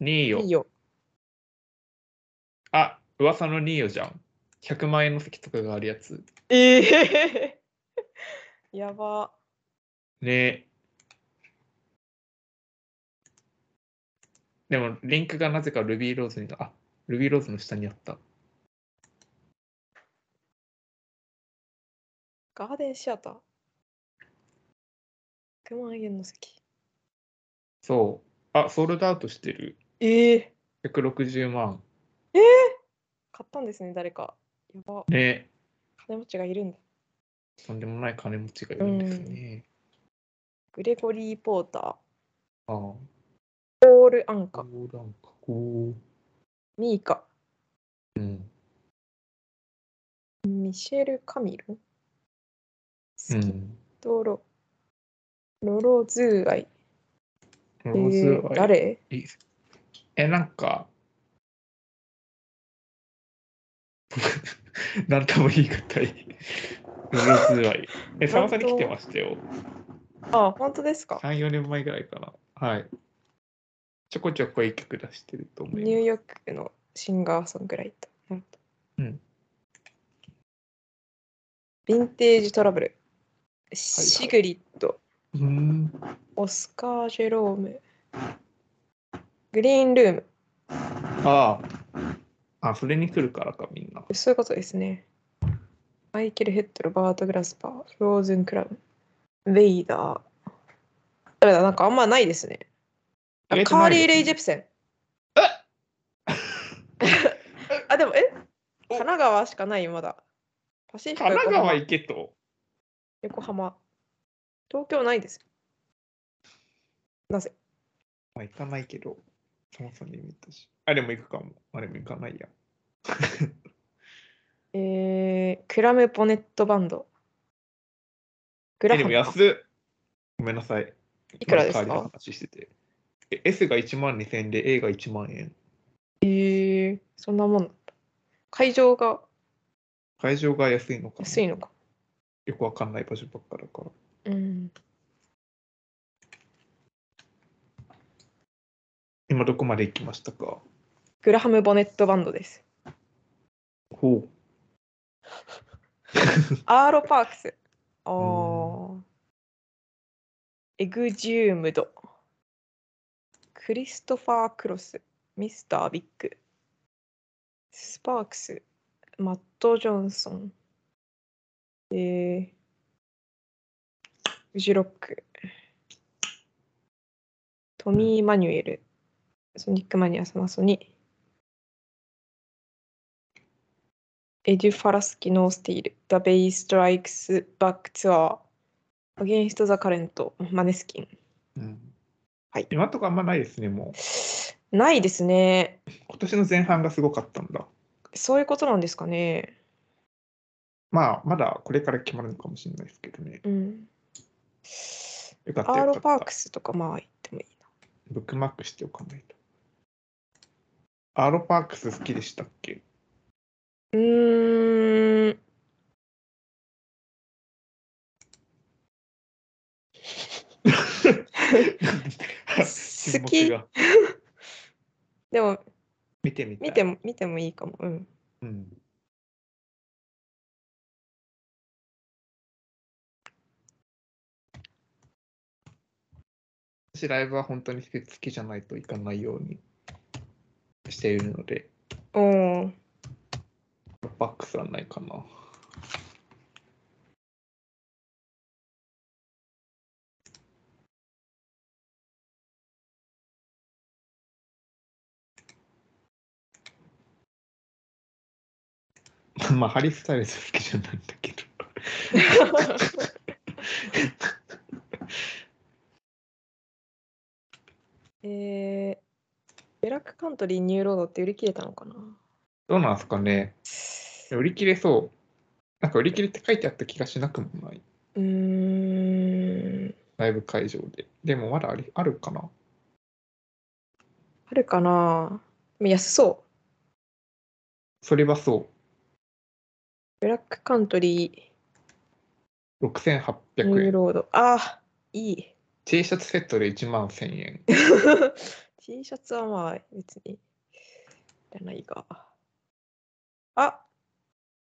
ニーヨいい。よ。あ、噂のニーヨじゃん。100万円の席とかがあるやつ。ええー、 やば。ね。でも、リンクがなぜかルビーローズに、あ、ルビーローズの下にあった。ガーデンシアター。100万円の席。そう。あ、ソールドアウトしてる。ええー、 160万。買ったんですね、誰か。やば。ね。金持ちがいるんだ。とんでもない金持ちがいるんですね。グレゴリー・ポーター。ああ。ポール・アンカ。そうなんかこミーカ。う。うん。ミシェル・カミル。うスキん。ドロ。ロロズーアイ。ロえーズー、アイ誰いいですえ、なんか、 なんとも言い難い。ローズアイ。え、さまさに来てましたよ。あ、本当ですか。 3、4年前ぐらいかな。はい。ちょこちょこいい曲出してると思います。ニューヨークのシンガーソングライター。なるほどうんヴィンテージトラブル。シグリッド。うーん。オスカー・ジェローム。グリーンルーム。ああ。あ、それに来るからか、みんな。そういうことですね。マイケル・ヘッド、ロバート・グラスパー、フローズン・クラブ、ウェイダー。誰だ、なんかあんまないですね。あ意外とカなーいですねリー・レイ・ジェプセン。 あ、でも、え神奈川しかないよ、まだ。パシフィコ神奈川横浜行けと。横浜。東京ないです。なぜまあ、行かないけど、そもそも見たし。あれも行くかも。あれも行かないや。えー、クラム・ポネット・バンド。グラえ、ハでムもか。安っ。ごめんなさい。いくらですか前代わりの話しててえ S が1万2000円で A が1万円。えー、そんなもんなんだ。会場が会場が安いのかな。安いのか。よくわかんない場所ばっかだから。うん。今どこまで行きましたかグラハム・ボネットバンドです。ほう。アーロ・パークス。あーエグジュームド。クリストファー・クロス。ミスター・ビッグ。スパークス。マット・ジョンソン。えー、フジロック。トミー・マニュエル。ソニック・マニア・サマソニ。エデュ・ファラスキ・ノースティール、The Bay Strikes Back Tour、Against the Current、マネスキン。うんはい今のとかあんまないですね、もう。ないですね。今年の前半がすごかったんだ。そういうことなんですかね。まあ、まだこれから決まるのかもしれないですけどね。うん。よかっアたーよロ・かパっーたク。スとか、まあ言ってもいいな。ブックマークしておかないと。アーロパークス好きでしたっけう ーん。沈黙がでも、見てみたい。見ても、見てもいいかも。うん。うん。私ライブは本当に好きじゃないといかないようにしているので、おーバックスはないかな。 まあ、ハリー・スタイルズ好きじゃないんだけど。えー、ベラックカントリー・ニューロードって売り切れたのかなどうなんすかね売り切れそう。なんか売り切れって書いてあった気がしなくもない。うーん。ライブ会場で。でもまだありあるかなあるかなでも安そう。それはそブラックカントリう。6800ー、ニュー円。ロード。ああ、い い。 T シャツセットで1万1000円。 T シャツはまあ別にいらないが。あ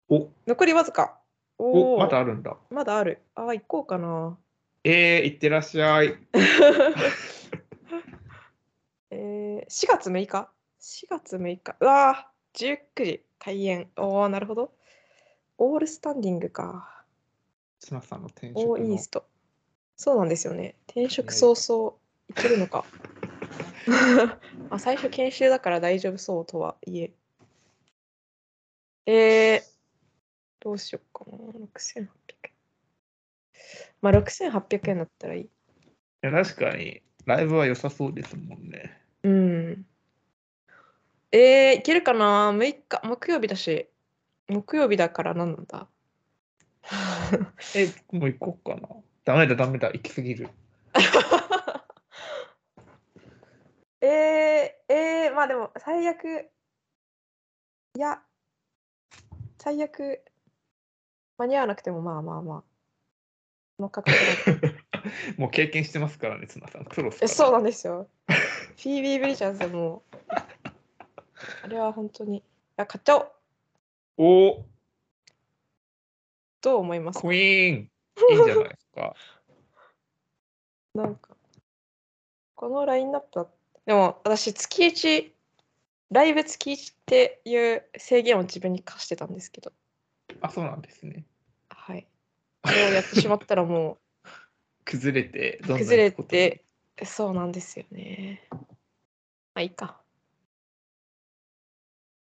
お残りわずか。おおお、まだあるんだ。まだある。ああ、行こうかな。えー、いってらっしゃい。えー、4月6日 ?4 月6日。うわー、19時開演。おお、なるほど。オールスタンディングか。スナさんの転職の。オーイースト。そうなんですよね。転職ね早々いけるのか。 あ最初研修だから大丈夫そうとはいえ。えー、どうしようかな。6800円。まあ6800円だったらいい。いや確かに、ライブは良さそうですもんね。うん。えー、いけるかな ?6 日、木曜日だし。木曜日だから何なんだえ、もう行こうかな。ダメだ、ダメだ、行き過ぎる。 えー、えー、まあでも最悪いや最悪間に合わなくてもまあまあまあこの価格だともう経験してますからね、スナさん。プロスか えらそうなんですよフィービー・ブリジャーズでもうあれは本当にいや買っちゃおうおおどう思いますクイーンいいんじゃないですか。 なんかこのラインナップだでも私月1ライブ月1っていう制限を自分に課してたんですけどあ、そうなんですね。はい。それをやってしまったらも崩れて、 どんどうん崩れ行くことにて、そうなんですよね。まあいいか。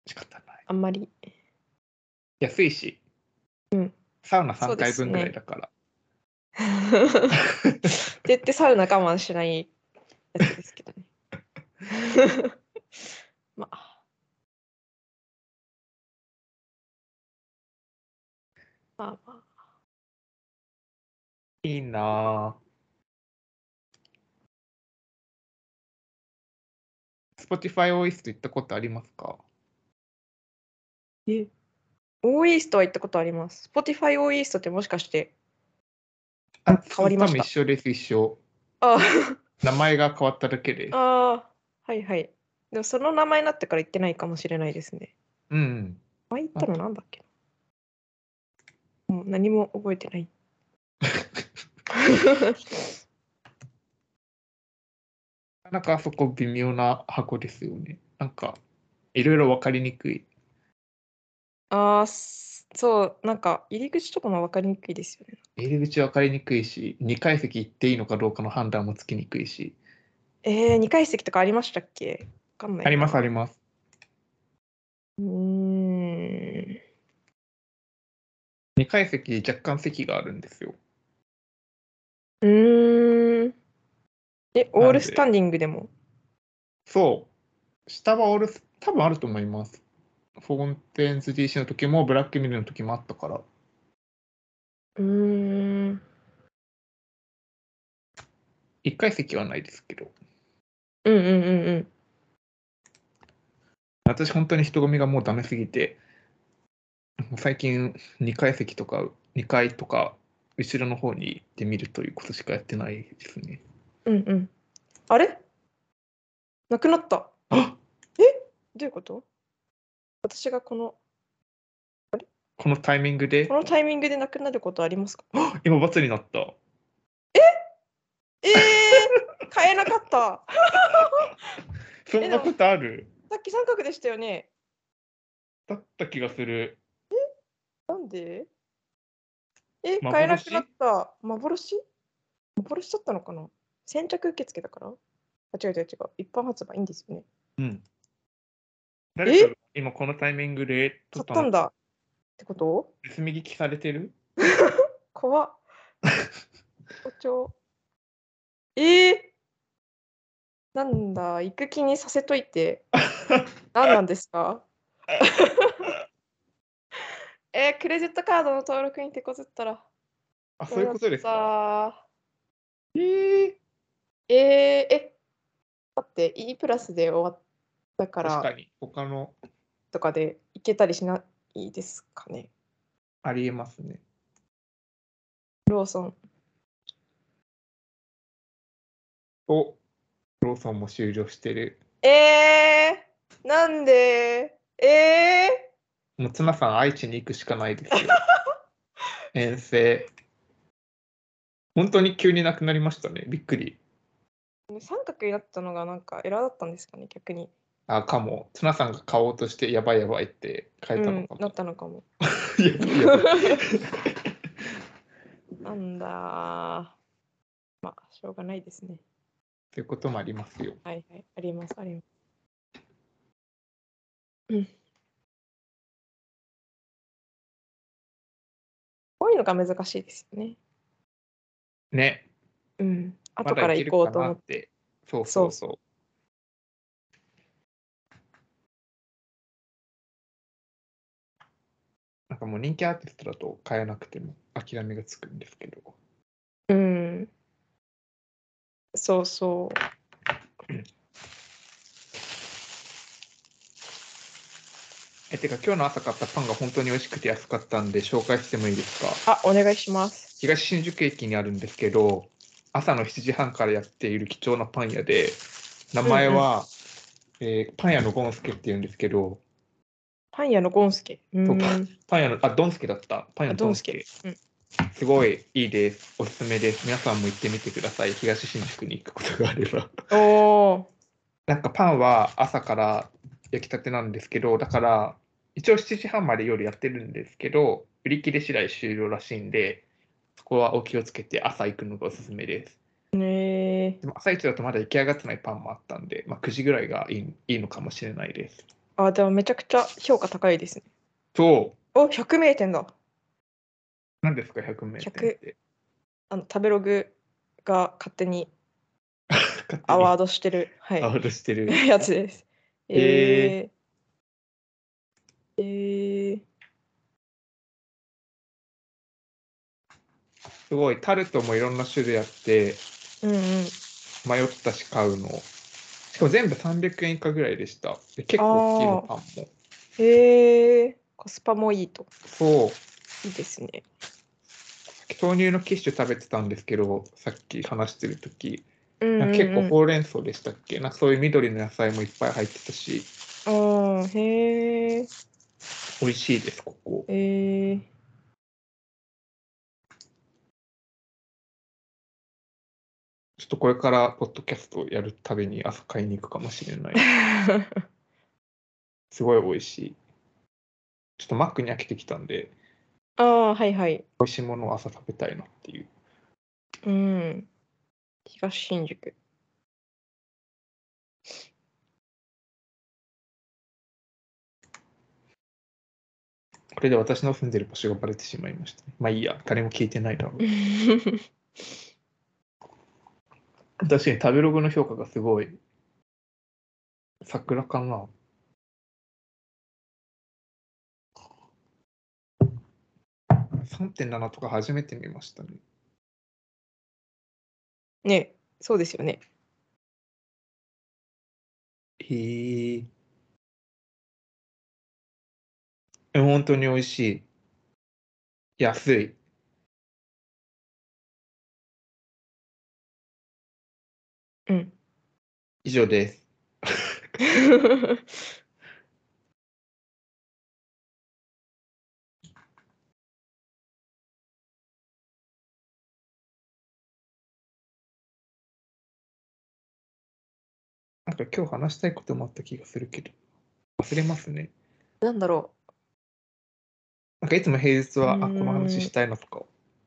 仕方ない。あん まり。安いし、サウナそ3うで回すね分ぐらいだから。って言ってサウナ我慢しないやつですけど ね。まあ。まあまあ。いいなぁ。Spotify オイスト行ったことありますかえオーイーストは行ったことあります。Spotify オーイーストってもしかして。あ変わりました多分一緒です、一緒。 あ名前が変わっただけです。あー、はいはい。でもその名前になってから行ってないかもしれないですね。うんうん。前行ったのなんだっけなもう何も覚えてない。なかなかあそこ微妙な箱ですよね。なんか、いろいろ分かりにくい。 ああ、すそう、なんか入り口とかも分かりにくいですよね。入り口分かりにくいし、2階席行っていいのかどうかの判断もつきにくいし。えー、2階席とかありましたっけわかんない。あります、あります。うーん。 2階席、若干席があるんですよ。うーん。え、オールスタンディングでもそう。下はオールス、多分あると思います。フォンテンズ DC の時も、ブラックミルの時もあったから。うーん。 1階席はないですけど。うんうんうんうん。私、本当に人混みがもうダメすぎて、もう最近、2階席とか、2階とか、後ろの方に行ってみるということしかやってないですね。うんうん。あれなくなった。あどういうこと私がこの、このタイミングでこ、のタイミングでなくなることありますかあ今、罰になった。えー、買えなかった。そんなことあるさっき三角でしたよね。だった気がする。なんでえ、幻買えなくなった。幻幻だったのかな先着受付だからあ、違う違う違う。一般発売いいんですよね。うん。誰かが今、このタイミングで、買ったんだ。ってこと盗み聞きされて る怖っ。包丁。えー、なんだ、行く気にさせといて。何なんです かえークレジットカードの登録に手こずったら。あ、そういうことですか。か。えー、えー、え、待って、E プラスで終わったか確からに、他のとかで行けたりしないですかね。ありえますね。ローソン。おローソンも終了してる。えー、なんでえー、もうツナさん、愛知に行くしかないですよ。遠征。本当に急になくなりましたね。びっくり。三角になったのがなんかエラーだったんですかね逆に、あ、かも。ツナさんが買おうとして、やばいやばいって書ういたのんか、も。なったのかも やばいやばい なんだーまあしょうがないですねということもありますよ。はいはいありますありますうんこういうのが難しいですよねね。うんま後だからいけ行るこかうとな思っってて。そうそうそう。なんかもう人気アーティストだと買えなくても諦めがつくんですけど。うんそうそうえ、てか今日の朝買ったパンが本当に美味しくて安かったんで紹介してもいいですかあお願いします東新宿駅にあるんですけど朝の7時半からやっている貴重なパン屋で名前は、えーパン屋のゴンスケっていうんですけどパン屋のゴンスケうそうかんパン屋のあドンスケだったパン屋のドンスケあドンスすごいいいですおすすめです皆さんも行ってみてください東新宿に行くことがあれば おおーなんかパンは朝から焼きたてなんですけどだから一応7時半まで夜やってるんですけど売り切れ次第終了らしいんでそこはお気をつけて朝行くのがおすすめですねえでも朝一だとまだ出来上がってないパンもあったんで、まあ、9時ぐらいがいいいいのかもしれないです。あ、でもめちゃくちゃ評価高いですね。と、お、100名店だ。何ですか、100名店って。あの食べログが勝手に 勝手にアワードしてる、はアワい、ードしてる。 やつです。へえー、えー、すごい、タルトもいろんな種類あって、うんうん。迷ったし買うの。しかも全部300円以下ぐらいでした。で結構大きいのパンも。えー、コスパもいいと。そういいですね。豆乳のキッシュ食べてたんですけどさっき話してる時うんなんか結構構ほうれん草でしたっけなんかそういう緑の野菜もいっぱい入ってたしうんうん、へえ。美味しいですここえー、 ちょっとこれからポッドキャストをやるたびに朝買いに行くかもしれないすごい美味しいちょっとマックに飽きてきたんでああ、はいはい。美味しいものを朝食べたいなっていううん。東新宿。 これで私の住んでる場所がバレてしまいました、ね、まあいいや誰も聞いてないだろう確かに食べログの評価がすごい。桜かな。3.7とか初めて見ましたね。ね、そうですよね。へえ。え本当に美味しい。安い。うん。 以上です。なんか今日話したいこともあった気がするけど、忘れますね。なんだろなんかいつも平日は、あ、うこんの話したいなとか、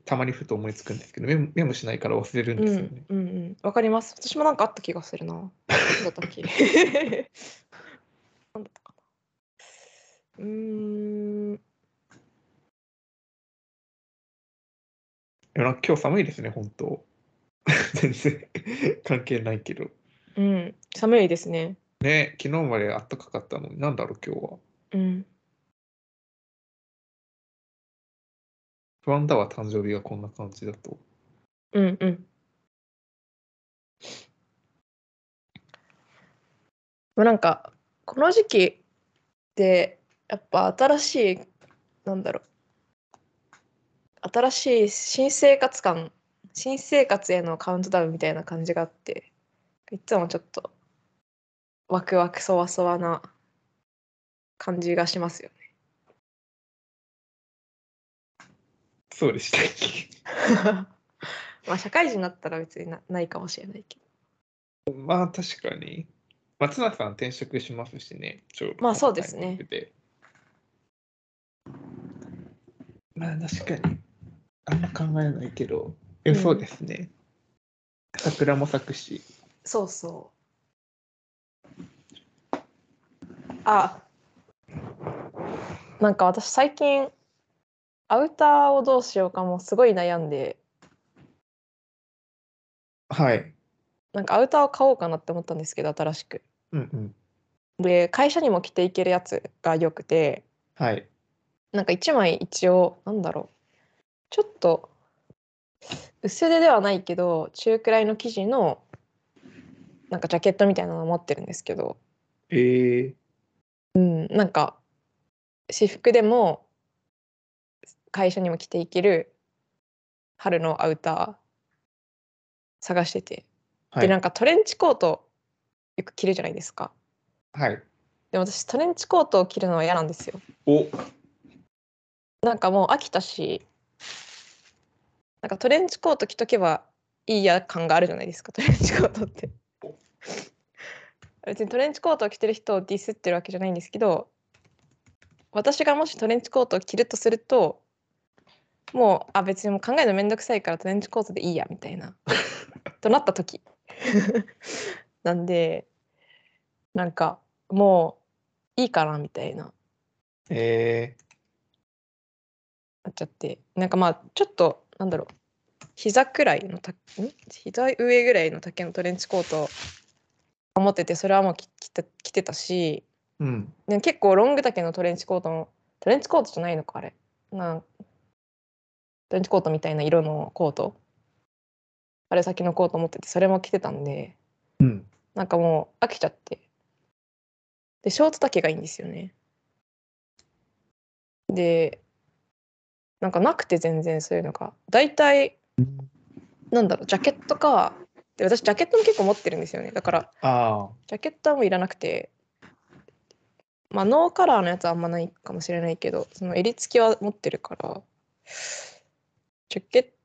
たまにふと思いつくんですけど、メモメモしないから忘れるんう。うですよね。ん、うん、うん。わかります。私もなんかあった気がす るな。なんだったっけ。なんだったかな。うーん。いやなんか今日寒いですね、本当。 全然関係ないけど。うん。寒いですね。ね、昨日まで暖かかったのに、なんだろう、今日は。うん。不安だわ、誕生日がこんな感じだと。うん、うん。まあなんかこの時期ってやっぱ新しいなんだろう新しい新生活感新生活へのカウントダウンみたいな感じがあっていつもちょっとワクワクそわそわな感じがしますよそうでしたっけ。ね。まあ社会人になったら別になないかもしれないけどまあ、確かに。松永さん転職しますしね、ちょうどまあそうですこのタイミンねグでまあ、確かに。あんま考えないけど。え、うんそうですね。桜も咲くし。そうそう。あなんか私最近アウターをどうしようかもすごい悩んではい。なんかアウターを買おうかなって思ったんですけど新しく。うんうん。で会社にも着ていけるやつが良くてはい。なんか1枚一応なんだろうちょっと薄手ではないけど中くらいの生地のなんかジャケットみたいなのを持ってるんですけどええうん、なんか私服でも会社にも着ていける春のアウター探してて、は。でないんかトレンチコートよく着るじゃないですかはい。でも私トレンチコートを着るのは嫌なんですよおなんかもう飽きたしなんかトレンチコート着とけばいいや感があるじゃないですかトレンチコートって別にトレンチコートを着てる人をディスってるわけじゃないんですけど私がもしトレンチコートを着るとするともうあ別にもう考えるのめんどくさいからトレンチコートでいいやみたいなとなった時 なんでなんかもういいかなみたいなええなっちゃってなんかまあちょっとなんだろう膝くらいのたん膝上ぐらいの丈のトレンチコートを持っててそれはもう着着て着てたしうん。で結構ロング丈のトレンチコートもトレンチコートじゃないのかあれなんトレンチコートみたいな色のコートあれ先のコート持っててそれも着てたんでうん。なんかもう飽きちゃってでショート丈がいいんですよねでなんかなくて全然そういうのが大体なんだろうジャケットかで私ジャケットも結構持ってるんですよねだからあジャケットはもういらなくてまあノーカラーのやつはあんまないかもしれないけどその襟付きは持ってるからジャケット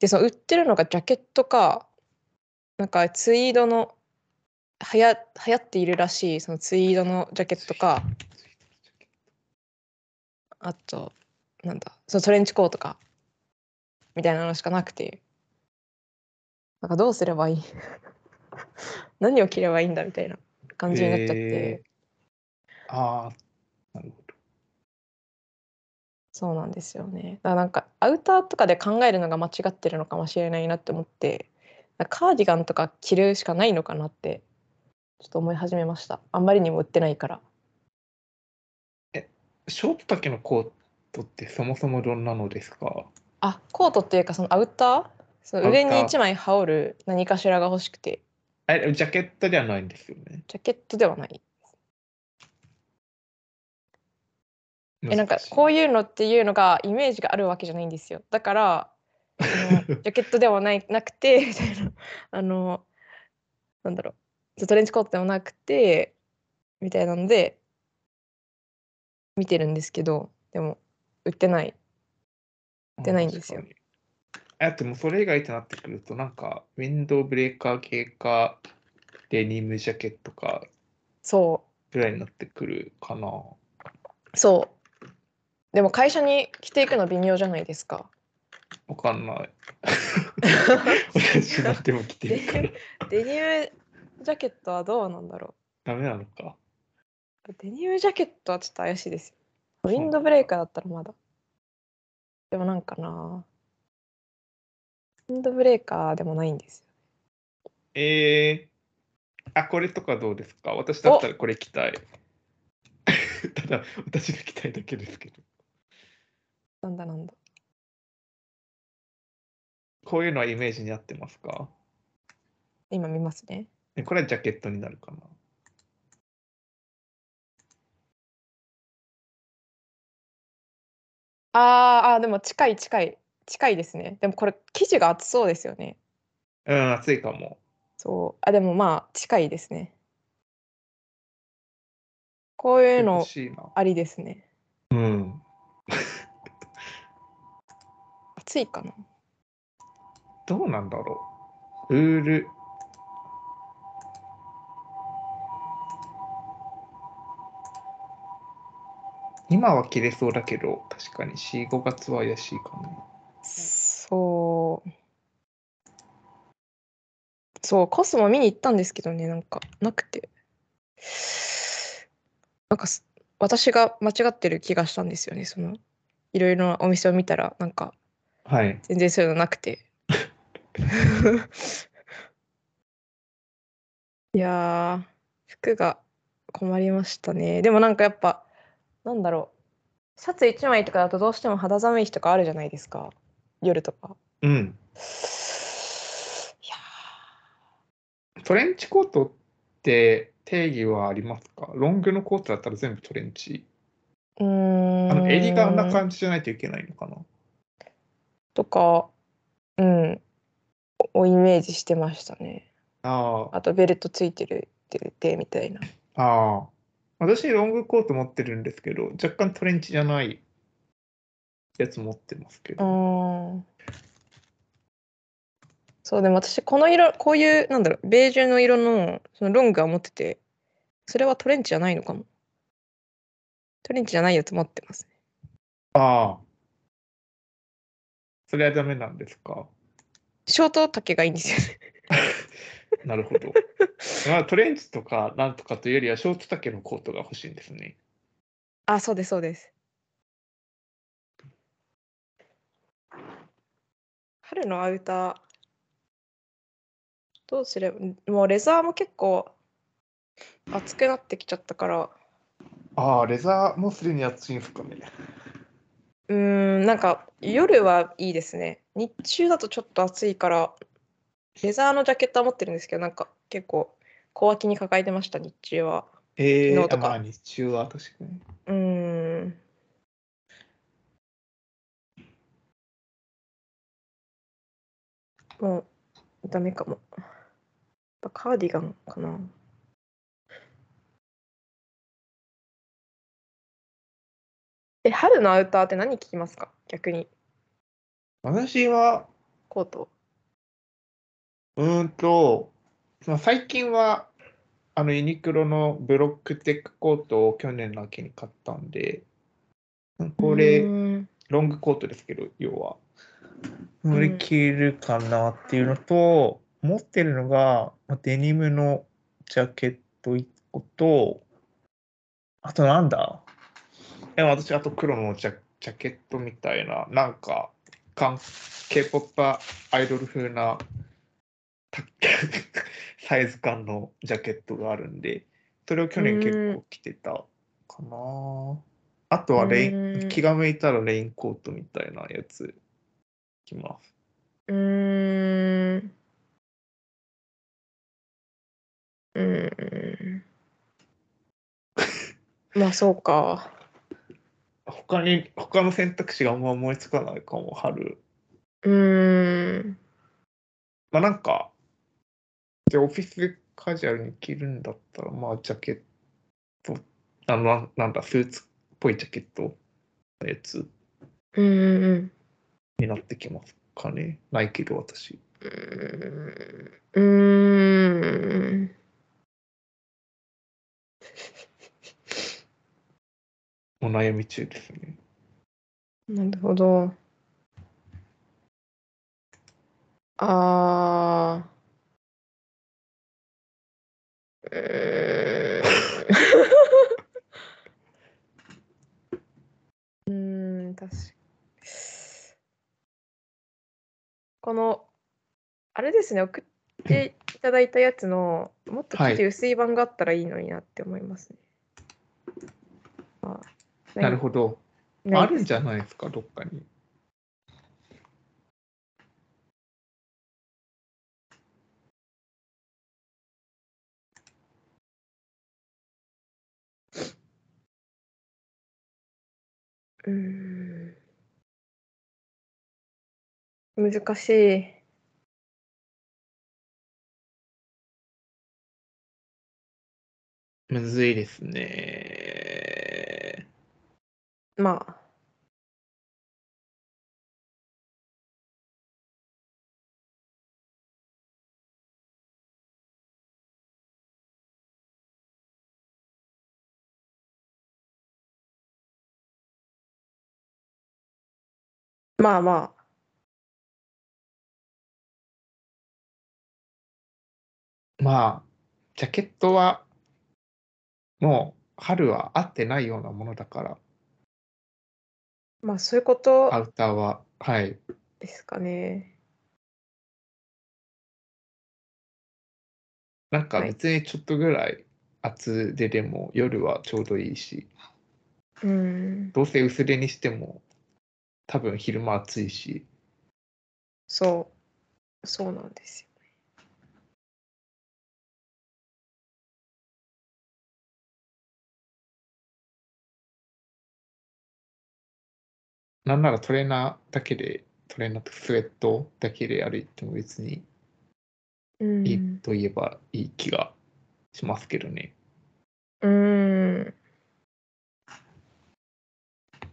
でその売ってるのがジャケットかなんかツイードのはや流行っているらしいそのツイードのジャケットかあとなんだそのトレンチコートかみたいなのしかなくてなんかどうすればいい 何を着ればいいんだみたいな感じになっちゃって、へあああなるほどそうなんですよねだからなんかアウターとかで考えるのが間違ってるのかもしれないなって思ってなんかカーディガンとか着るしかないのかなってちょっと思い始めましたあんまりにも売ってないからショート丈のコートってそもそもどんなのですかあコートっていうかそのアウターその上にアウター1枚羽織る何かしらが欲しくてあれジャケットではないんですよねジャケットではないえなんか難しいこういうのっていうのがイメージがあるわけじゃないんですよだからあ のジャケットではないなくてみたいなあのなんだろうトレンチコートでもなくてみたいなので見てるんですけどでも売ってないってないんですよ確かに。あともうそれ以外ってなってくると、なんか、ウィンドウブレーカー系か、デニムジャケットかそぐらいになってくるかな。うそうでも会社に着ていくの微妙じゃないです かわかんない。私なんでも着てる から。デニムジャケットはどうなんだろうダメなのか。デニムジャケットはちょっと怪しいですよ。ウうなィんだンドブレーカーだったらまだ。でもなんかな。ウィンドブレーカーでもないんですえー、あ、これとかどうですか私だったらこれ着たい。 ただ、私が着たいだけですけど。よ。なんだなんだ。こういうのはイメージに合ってますか今見ますね。えこれはジャケットになるかな。あーあー、でも近い近い。近いですね。でもこれ生地が厚そうですよね。うん、暑いかも。そう。あ、でもまあ近いですね。こういうの欲しいな。ありですね。うん。厚いかな。どうなんだろうウール。今は切れそうだけど、確かに4、5月は怪しいかも。そう。そう、コスモ見に行ったんですけどね、なんかなくて。なんかす私が間違ってる気がしたんですよね、そのいろいろなお店を見たら、なんかはい。全然そういうのなくて。 いやー、服が困りましたね。でもなんかやっぱ、なんだろう、シャツ1枚とかだとどうしても肌寒い日とかあるじゃないですか、夜とか。うん。いやトレンチコートって定義はありますかロングのコートだったら全部トレンチ。ーうーんあの襟があんな感じじゃないといけないのかなとかうんをイメージしてましたねああ。あとベルトついてるっててみたいなああ。私、ロングコート持ってるんですけど、若干トレンチじゃないやつ持ってますけうど。ーんそうでも私この色こういうなんだろうベージュの色のそのロングは持っててそれはトレンチじゃないのかもトレンチじゃないやつ持ってますねああ。それはダメなんですか。ショート丈がいいんですよね なるほ ど。まあ、トレンチとかなんとかというよりは、ショート丈のコートが欲しいんですね。あそうですそうです春のアウターどうすればもうレザーも結構厚くなってきちゃったからああ、レザーもすでに暑いんですかね。うーんなんか夜はいいですね日中だとちょっと暑いからレザーのジャケットは持ってるんですけどなんか結構小脇に抱えてました日中はええ昨日とかまあ、日中は確かに。うーんもうダメかも。やっぱカーディガンかな。え、春のアウターって何聞きますか逆に、私は、コート。うーんと、まあ、最近は、あのユニクロのブロックテックコートを去年の秋に買ったんで、これ、うんロングコートですけど、要は。ん乗り切るかなっていうのと、持ってるのが、まあデニムのジャケット1個と、あとなんだえ私、あと黒のジャジャケットみたいな、なんか、韓 K-POP アイドル風な たサイズ感のジャケットがあるんで、それを去年結構着てたかな。あとはレイうんン気が向いたらレインコートみたいなやつ着ます。うーん。うーん。まあそうか。他に他の選択肢があんま思いつかないかも春。うーん。まあなんかでオフィスでカジュアルに着るんだったらまあジャケットあのななんだスーツっぽいジャケットのやつうんうんうん。になってきますかね。ないけど私。うーんうーん。お悩み中ですね。なるほど。あー。うーんうーん、確かこの、あれですね、送っていただいたやつの、もっと生地薄い版があったらいいのになって思いますね。あなるほど。どあるんじゃないですかどっかに。うーん難しい。むずいですね。まあ。まあまあ。まあ、ジャケットは、もう春は合ってないようなものだから、まあそういうこアとウターは、はい。ですかね。なんかはい別にちょっとぐらい厚手でも夜はちょうどいいし、うん。どうせ薄手にしても、多分昼間暑いし、そう。そうなんですよ。なんならトレーナーだけで、トレーナーとスウェットだけで歩いても別にうん。いいといえばいい気がしますけどね。うーん。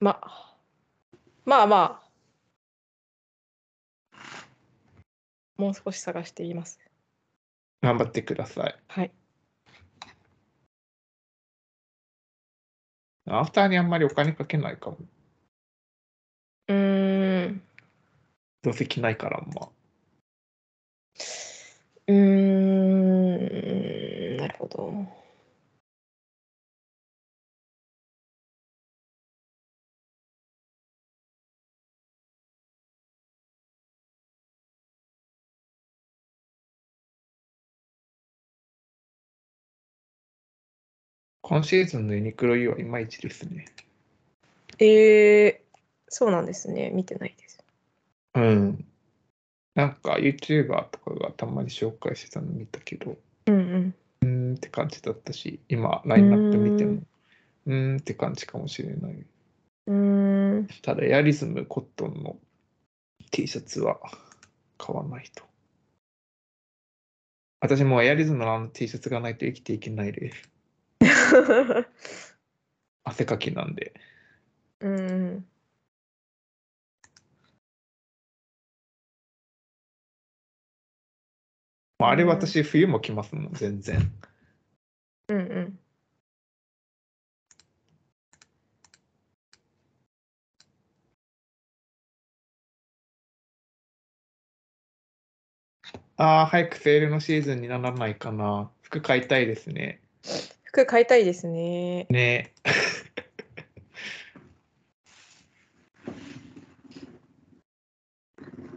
ま、まあまあ。もう少し探してみます。頑張ってください。はい。アフターにあんまりお金かけないかも。うーん。どうせ着ないからあんま。うーん。なるほど。今シーズンのユニクロ U はいまいちですね。ええそうなんですね。見てないです。うん。なんか YouTuber とかがたまに紹介してたの見たけど、うんうん。うーんって感じだったし、今、ラインナップ見ても、うーんって感じかもしれない。うー ん。ただ、エアリズムコットンの T シャツは買わないと。私もうエアリズムのあの T シャツがないと生きていけないです。汗かきなんで。うん。まあ、あれうん私、冬も着ますもん、全然。うんうん。ああ、早くセールのシーズンにならないかな。服買いたいですね。服買いたいですね。ねえ。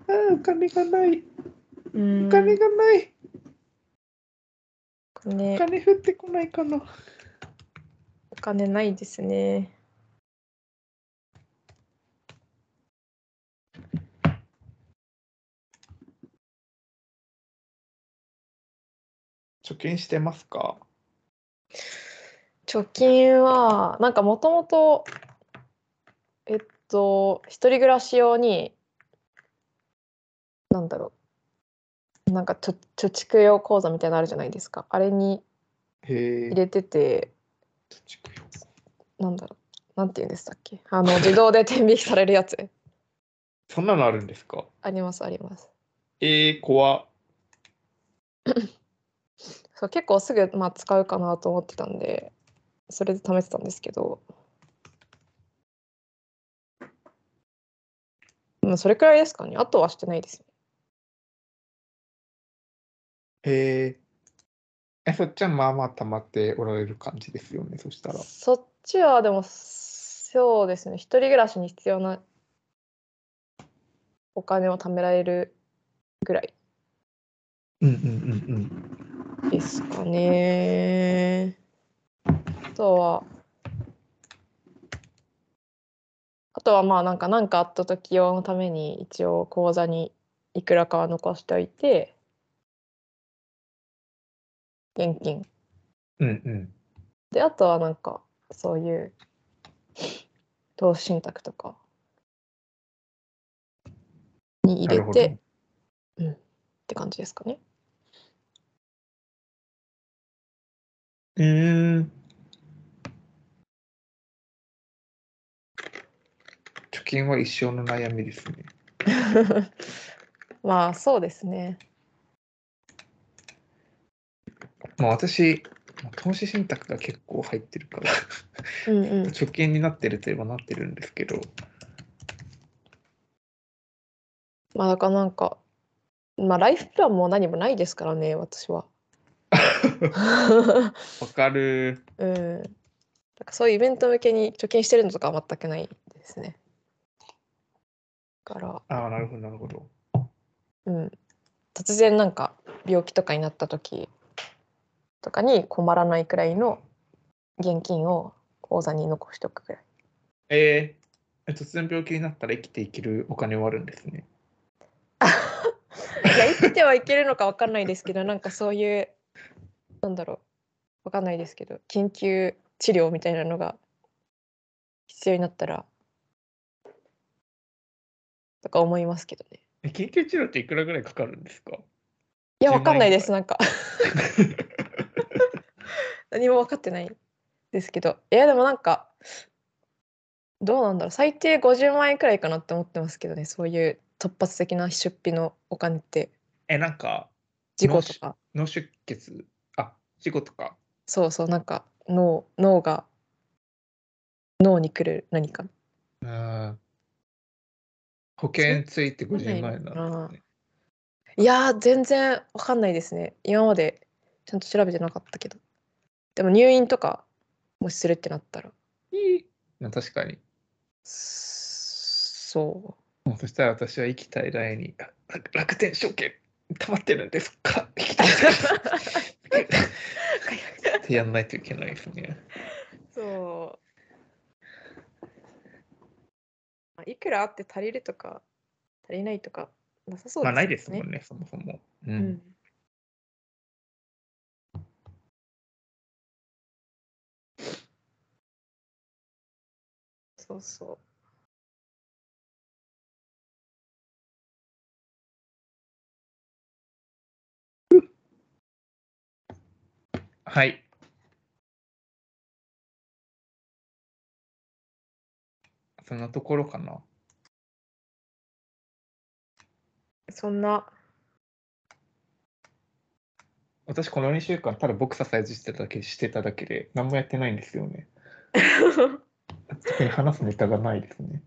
ああ、お金がない。うん。お金がない。おね、金降ってこないかな。お金ないですね。貯金してますか貯金はなんかもともとえっと一人暮らし用になんだろうなんか貯貯蓄用口座みたいなのあるじゃないですかあれにへえ。入れてて貯蓄用なんだろうなんて言うんでしたっけあの自動で 転引きされるやつそんなのあるんですかありますありますえー、怖そう結構すぐ、まあ、使うかなと思ってたんでそれで試してたんですけどまあそれくらいですかねあとはしてないですへえ。え、そっちはまあまあ溜まっておられる感じですよね、そしたら。そっちはでもそうですね一人暮らしに必要なお金を貯められるぐらいうんうんうんうん。ですかねあとはあとはまあなんか何かあった時用のために一応口座にいくらかは残しておいて現金うんうん。であとはなんかそういう投資信託とかに入れなるて、うん、って感じですかね。 うーん。貯金は一生の悩みですね。まあそうですね。まあ私、投資信託が結構入ってるから、 うんうん。貯金になってるといえばなってるんですけど、まあだからなんか、まあライフプランも何もないですからね、私は。わかる。うん。だからそういうイベント向けに貯金してるのとかは全くないですね。だから。ああ、なるほど、なるほど。うん、突然なんか病気とかになった時とかに困らないくらいの現金を口座に残しておくくらいえー、突然病気になったら生きていけるお金はあるんですね。いや生きてはいけるのか分かんないですけどなんかそういうなんだろう分かんないですけど緊急治療みたいなのが必要になったらとか思いますけどねえ緊急治療っていくらぐらいかかるんですか いや10分かんないです万なんか 何も分かってないですけどいやでもなんかどうなんだろう最低50万円くらいかなって思ってますけどねそういう突発的な出費のお金ってえ、なんか、事故とか脳出血、あ、事故とか。そうそうなんか脳脳が脳に来る何かうーん。保険ついて50万円そうなんですね。いやー全然分かんないですね今までちゃんと調べてなかったけどでも入院とかもしするってなったらいいまあ確かに。そうもうそしたら私は生きたい代に、あ楽楽天証券、溜まってるんですか生きたい代に ってやんないといけないですね。そう。いくらあって足りるとか足りないとかなさそうまあ、ですないですもんね、そもそも。ううんんそうそう。はい。そんなところかな。そんな、 私、この2週間、ただボクササイズしてただけしてただけで、何もやってないんですよね。特に話すネタがないですね。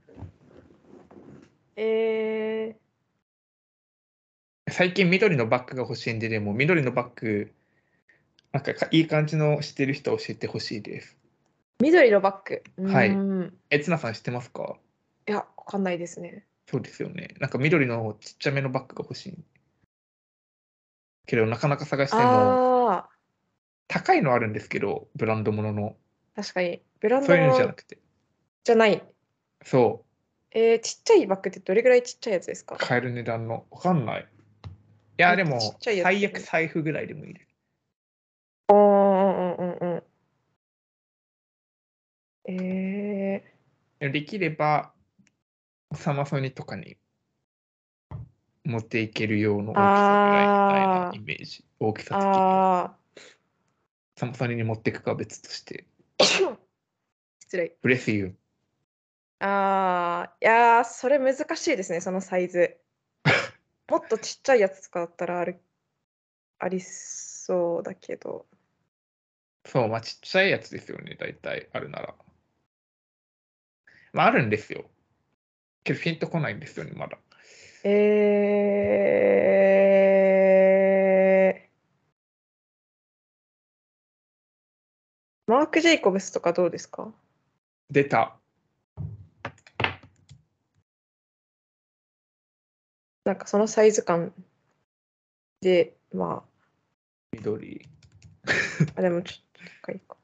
え最近、緑のバッグが欲しいんで、でも、緑のバッグ、なんかいい感じの知ってる人教えてほしいです。ー、緑のバッグ。はいうんえ、つなさん知ってますかいや、わかんないですね。そうですよね。なんか緑のちっちゃめのバッグが欲しい。けど、なかなか探しても、ああ高いのあるんですけど、ブランドものの。ー、確かに。ブランそドういうのじゃなのくて。じゃない。そう。えー、ちっちゃいバッグってどれぐらいちっちゃいやつですか買える値段のわかんない。いや、でちもっちゃいや最悪つ財布ぐらいでもいいです。うんうんうんうん。えでもできればサマソニとかに持っていけるような大きさぐらいみたいなあーイメージ。大きー、さ的に。あサマソニに持っていくかは別として。ー失礼。ブレスユあーいやーそれ難しいですねそのサイズもっとちっちゃいやつとかだったらあるありそうだけどー。そう、まあちっちゃいやつですよね、大体あるなら。まああるんですよ。けどピンとこないんですよね、まだ。えー、マーク・ジェイコブスとかどうですか出た。なんかそのサイズ感でま緑。ああでもちょっと高いか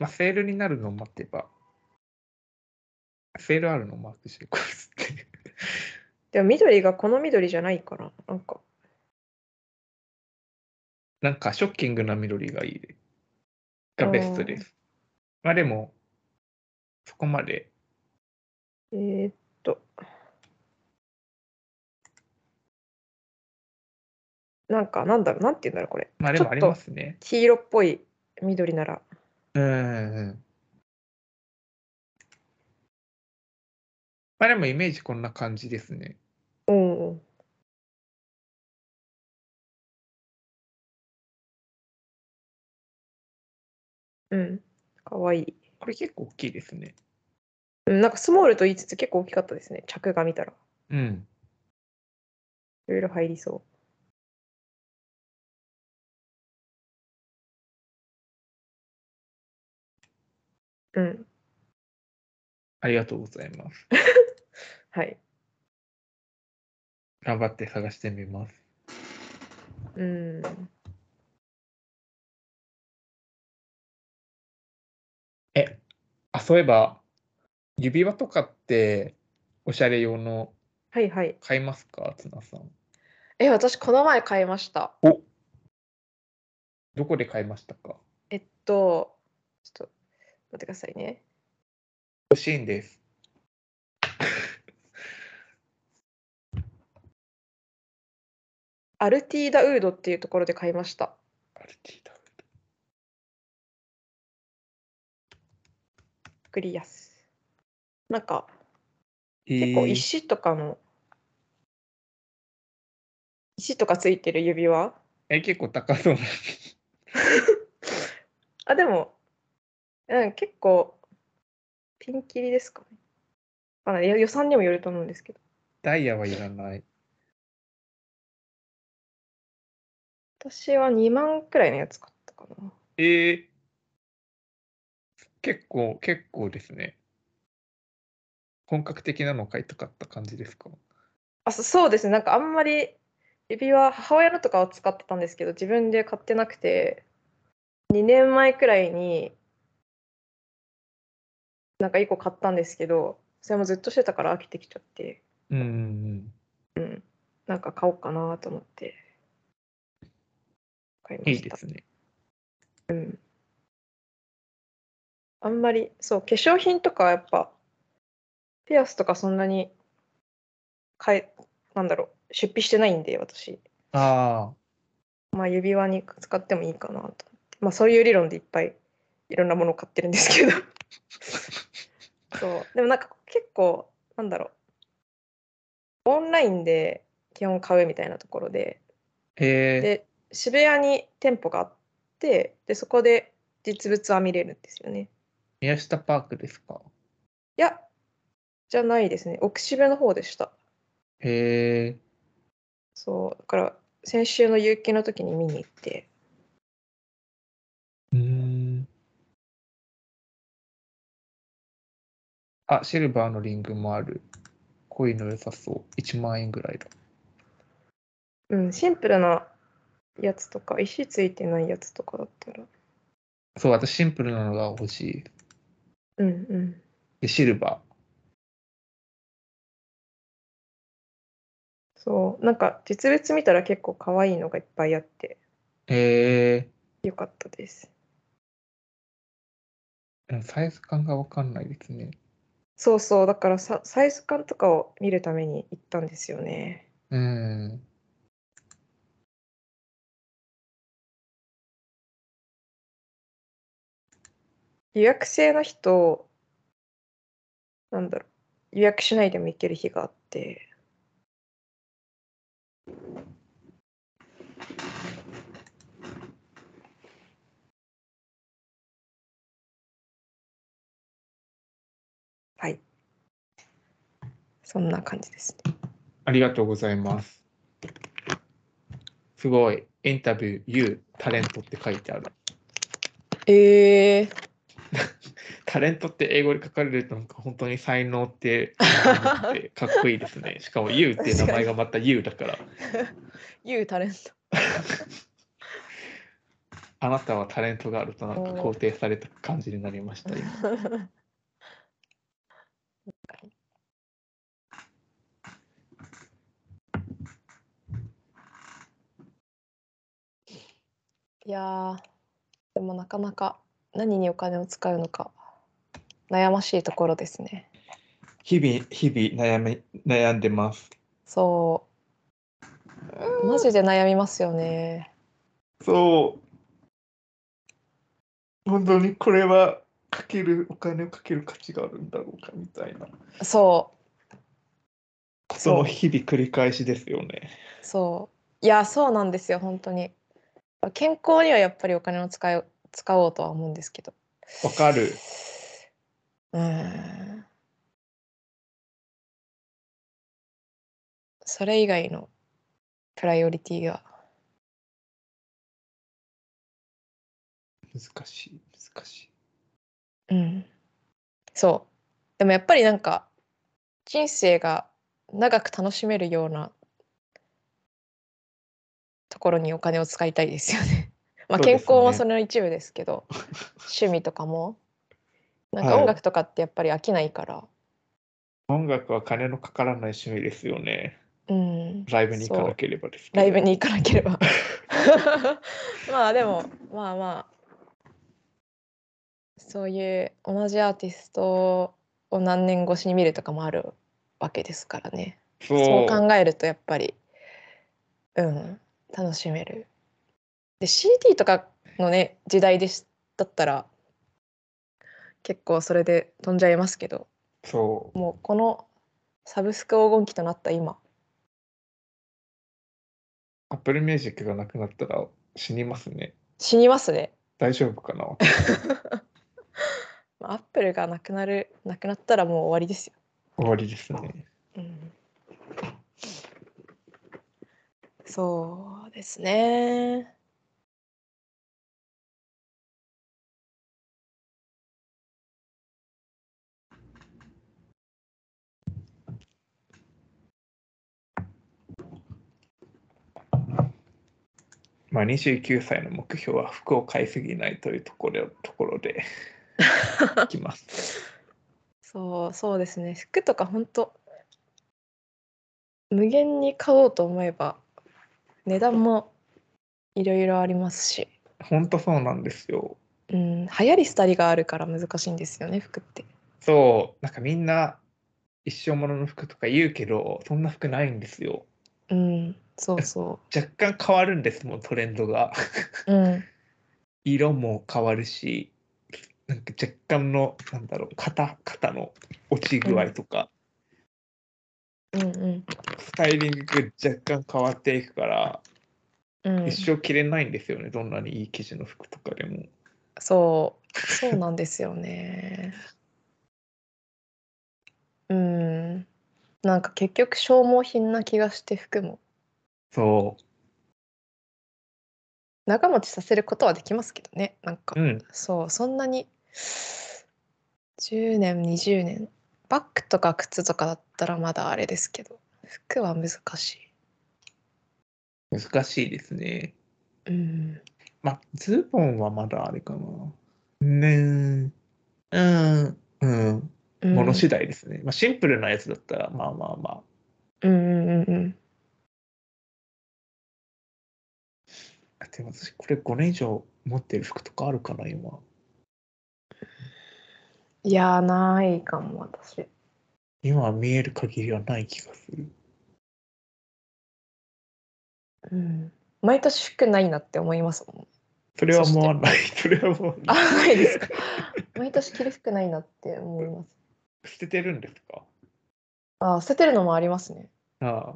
まあ、セールになるのを待てば、セールあるのをマークしてこうって。でも緑がこの緑じゃないからなんかなんかショッキングな緑がいいで。がベストです。まあでも、そこまで、えー、っと。なんか、なんだろう、なんて言うんだろう、これ。まあでもありますね。黄色っぽい緑なら。うんうんうん。まあでもイメージこんな感じですね。うんうん。うん、かわいい。これ結構大きいですね。うんなんかスモールと言いつつ結構大きかったですね。着が見たら。うん。いろいろ入りそうん。うん。ありがとうございます。はい。頑張って探してみます。うん。え、あ、そういえば、指輪とかって、おしゃれ用のはいはい。買いますか、ツナさん。え、私、この前買いました。どこで買いましたかえっと、ちょっと待ってくださいね。欲しいんです。アルティーダウードっていうところで買いました。アルティーダウドクリアス。なんか、え結構ー石とかの、石とかついてる指輪え、結構高そうな。あ、でも、うん、結構、ピンキリですかね。まあ、予算にもよると思うんですけど。ダイヤはいらない。私は2万くらいのやつ買ったかな。えー、結構、結構ですね。本格的なのを買いたかった感じですかあそそうですねなんかあんまり指輪母親のとかを使ってたんですけど自分で買ってなくて2年前くらいになんか1個買ったんですけどそれもずっとしてたから飽きてきちゃってうんうんうん。なんか買おうかなと思って買いまいいしでたすね。あんまりそう化粧品とかやっぱピアスとかそんなに買えなんだろう出費してないんで私あまあ指輪に使ってもいいかなと思ってまあそういう理論でいっぱいいろんなものを買ってるんですけどそうでもなんか結構なんだろうオンラインで基本買うみたいなところであ。へえ。で渋谷に店舗があってでそこで実物は見れるんですよね宮下パークですか。いやじゃないですね奥渋谷の方でしたへえ。そうだから先週の有給の時に見に行ってうーん。あ、シルバーのリングもある。濃いの良さそう。1万円ぐらいだ。うんシンプルなやつとか石ついてないやつとかだったらそう、私シンプルなのが欲しい。うんうんで、シルバそうなんか実物見たら結構可愛いのがいっぱいあってー。へえ。よかったですでもサイズ感が分かんないですね。そうそうだからさサイズ感とかを見るために行ったんですよねうん。予約制の人なんだろう予約しないでも行ける日があってはいそんな感じですねありがとうございます。すごい。インタビュー、You、タレントって書いてある。ええタレントって英語で書かれると、なんか本当に才能ってあるってかっこいいです ね。しかも You っていう名前がまた You だから、言うタレントあなたはタレントがあるとなんか肯定された感じになりました。今 いやーでもなかなか何にお金を使うのか悩ましいところですね。日々、日々悩み悩んでます。そうマジで悩みますよね。そう。本当にこれはかけるお金をかける価値があるんだろうかみたいな。そその日々繰り返しですよね。うそういやそうなんですよ本当に健康にはやっぱりお金を使い使おうとは思うんですけどわかる。うーんそれ以外のプライオリティが難しい、難しい。うんそうでもやっぱりなんか人生が長く楽しめるようなところにお金を使いたいですよね。 まあそうで健すね康もそれの一部ですけど趣味とかもなんかはい音楽とかってやっぱり飽きないから、音楽は金のかからない趣味ですよね。うんライブに行かそなうければですけどライブに行かなければ まあでもまあまあそういう同じアーティストを何年越しに見るとかもあるわけですからねそうそう考えるとやっぱりうん楽しめるで CD とかのね時代でしだったら結構それで飛んじゃいますけどそう。もうこのサブスク黄金期となった今アップルミュージックがなくなったら死にますね。死にますね大丈夫かなまあアップルがなくなるなくなったらもう終わりですよ。終わりですね。うん、そうですね。まあ29歳の目標は服を買いすぎないというところところ でいきます。そうそうですね。服とか本当無限に買おうと思えば値段もいろいろありますし、本当そうなんですよ。うん、流行り廃りがあるから難しいんですよね服って。そう、なんかみんな一生ものの服とか言うけど、そんな服ないんですよ。うん、そうそ若干変わるんですもん、トレンドが。 う。うん、色も変わるし、なんか若干の、なんだろう、肩、肩の落ち具合とか、うん、うんスタイリングが若干変わっていくから、うん。一生着れないんですよね、どんなにいい生地の服とかでも。そう、そうなんですよね。 うん、なんか結局消耗品な気がして服もそ長持ちさせることはできますけどね。なんかう、うん、そう、そんなに10年、20年、バッグとか靴とかだったらまだあれですけど、服は難し難しいですね。い。うん、まあ、ズボンはまだあれかな。ねえうん、うん、うんもの次第ですね。まあ、シンプルなやつだったら、まあまあまあ。うんうんうんうん。あでも私、これ5年以上持ってる服とかあるかな、今。いやー、ないかも、私。今見える限りはない気がする。うん。毎年服ないなって思いますもん。それは思わない。それは思わあ、ない。ないですか。毎年着る服ないなって思います。捨ててるんですかあ、捨ててるのもありますね。あ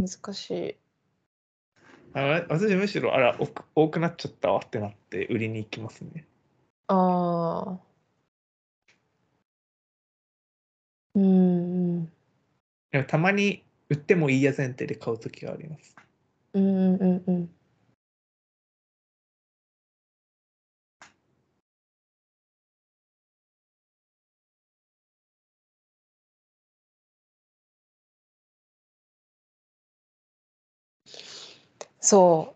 難しい。ああ私、むしろ、あら、多く多くなっちゃったわってなって、売りに行きますね。ああ。うんうんでもたまに、売ってもいいや前提で買うときがあります。うんうんうんそ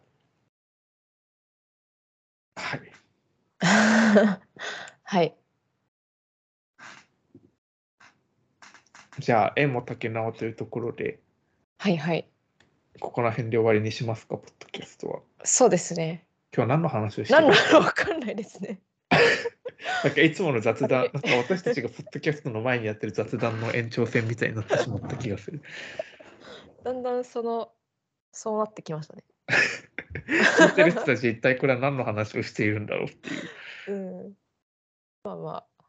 うはい。 はいじゃあ、縁も竹縄というところで、はいはいここら辺で終わりにしますか、ポッドキャストは。そうですね今日は何の話をして何るなのか分かんないですね なんかいつもの雑は談い、なんか私たちがポッドキャストの前にやってる雑談の延長線みたいになってしまった気がする。だんだんそのそうなってきましたね聞いてる人たち、一体これは何の話をしているんだろうっていう。うんまあまあ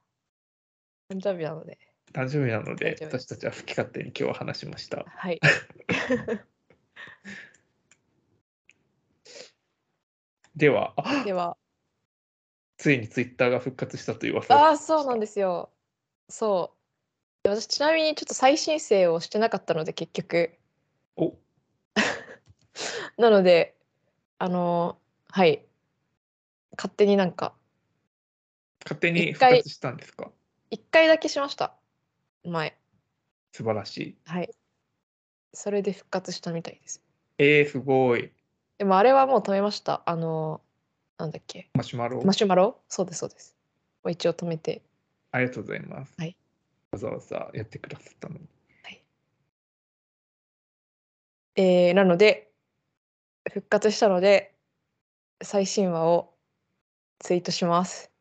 誕生日なので誕生日なので、大丈夫で私すたちは好き勝手に今日は話しました。はいでは、あではついにツイッターが復活したという噂をああそうなんですよそうで私ちなみにちょっと再申請をしてなかったので結局おなのであのーはい勝手になんか勝手に一復回活したんですか1回だけしました前素晴らしい。はいそれで復活したみたいですえー、すごい。でもあれはもう止めましたあのーなんだっけマシュマロ、マシュマロそうですそうですを一応止めてありがとうございます。はいわざわざやってくださったのに。えーなので復活したので最新話をツイートします。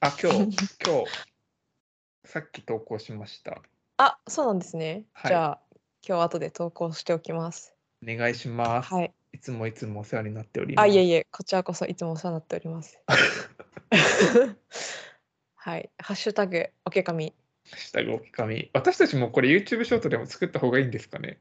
あ、今 日、今日、さっき投稿しました。あそうなんですね。はいじゃあ今日後で投稿しておきます。お願いします。はい。いつもいつもお世話になっております。あいえいえこちらこそいつもお世話になってお ります。はい。ハッシュタグおけかみ。ハッシュタグおきかみ。私たちもこれ YouTube ショートでも作った方がいいんですかね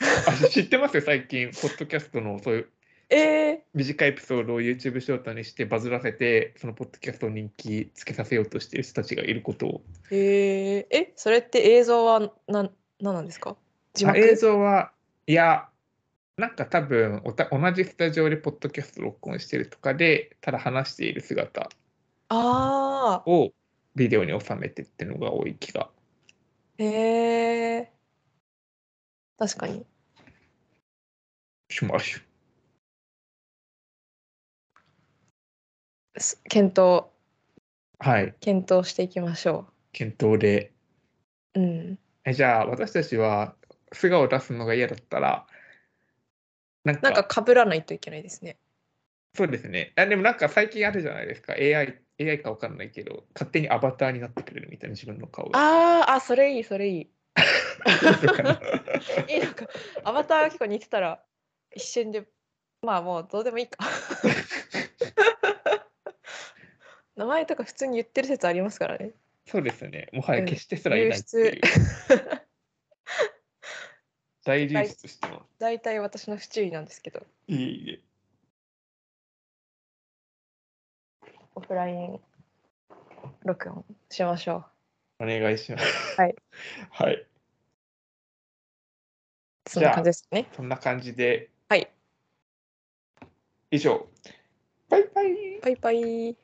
あ知ってますよ、最近、ポッドキャストのそういうえ短いエピソードを YouTube ショートにしてバズらせて、そのポッドキャストを人気つけさせようとしている人たちがいることを。ー、えー、えそれって映像はなんなんなんですか？字幕あ映像はいや、なんか多分おた同じスタジオでポッドキャスト録音してるとかで、ただ話している姿ああをビデオに収めてっていうのが多い気が。へえー、確かに。します。す検討はい、検討していきましょ検討で。う。うん。えじゃあ私たちは素顔を出すのが嫌だったらなんかなんか被らないといけないですね。そうですねあ。でもなんか最近あるじゃないですか。AI、AI かわかんないけど、勝手にアバターになってくれるみたいな自分の顔が。あーあそれいいそれいいいいのかないいのかアバターが結構似てたら一瞬でまあもうどうでもいいか名前とか普通に言ってる説ありますからね そうですね。もはやうん決してすらいないっていう。大流出してま大体私の不注意なんですけどす。いえいえ。オフライン録音しましょお願いします。はい。はい。うそんな感じですねそんな感じで、はい以上。バイバイ。バイバイ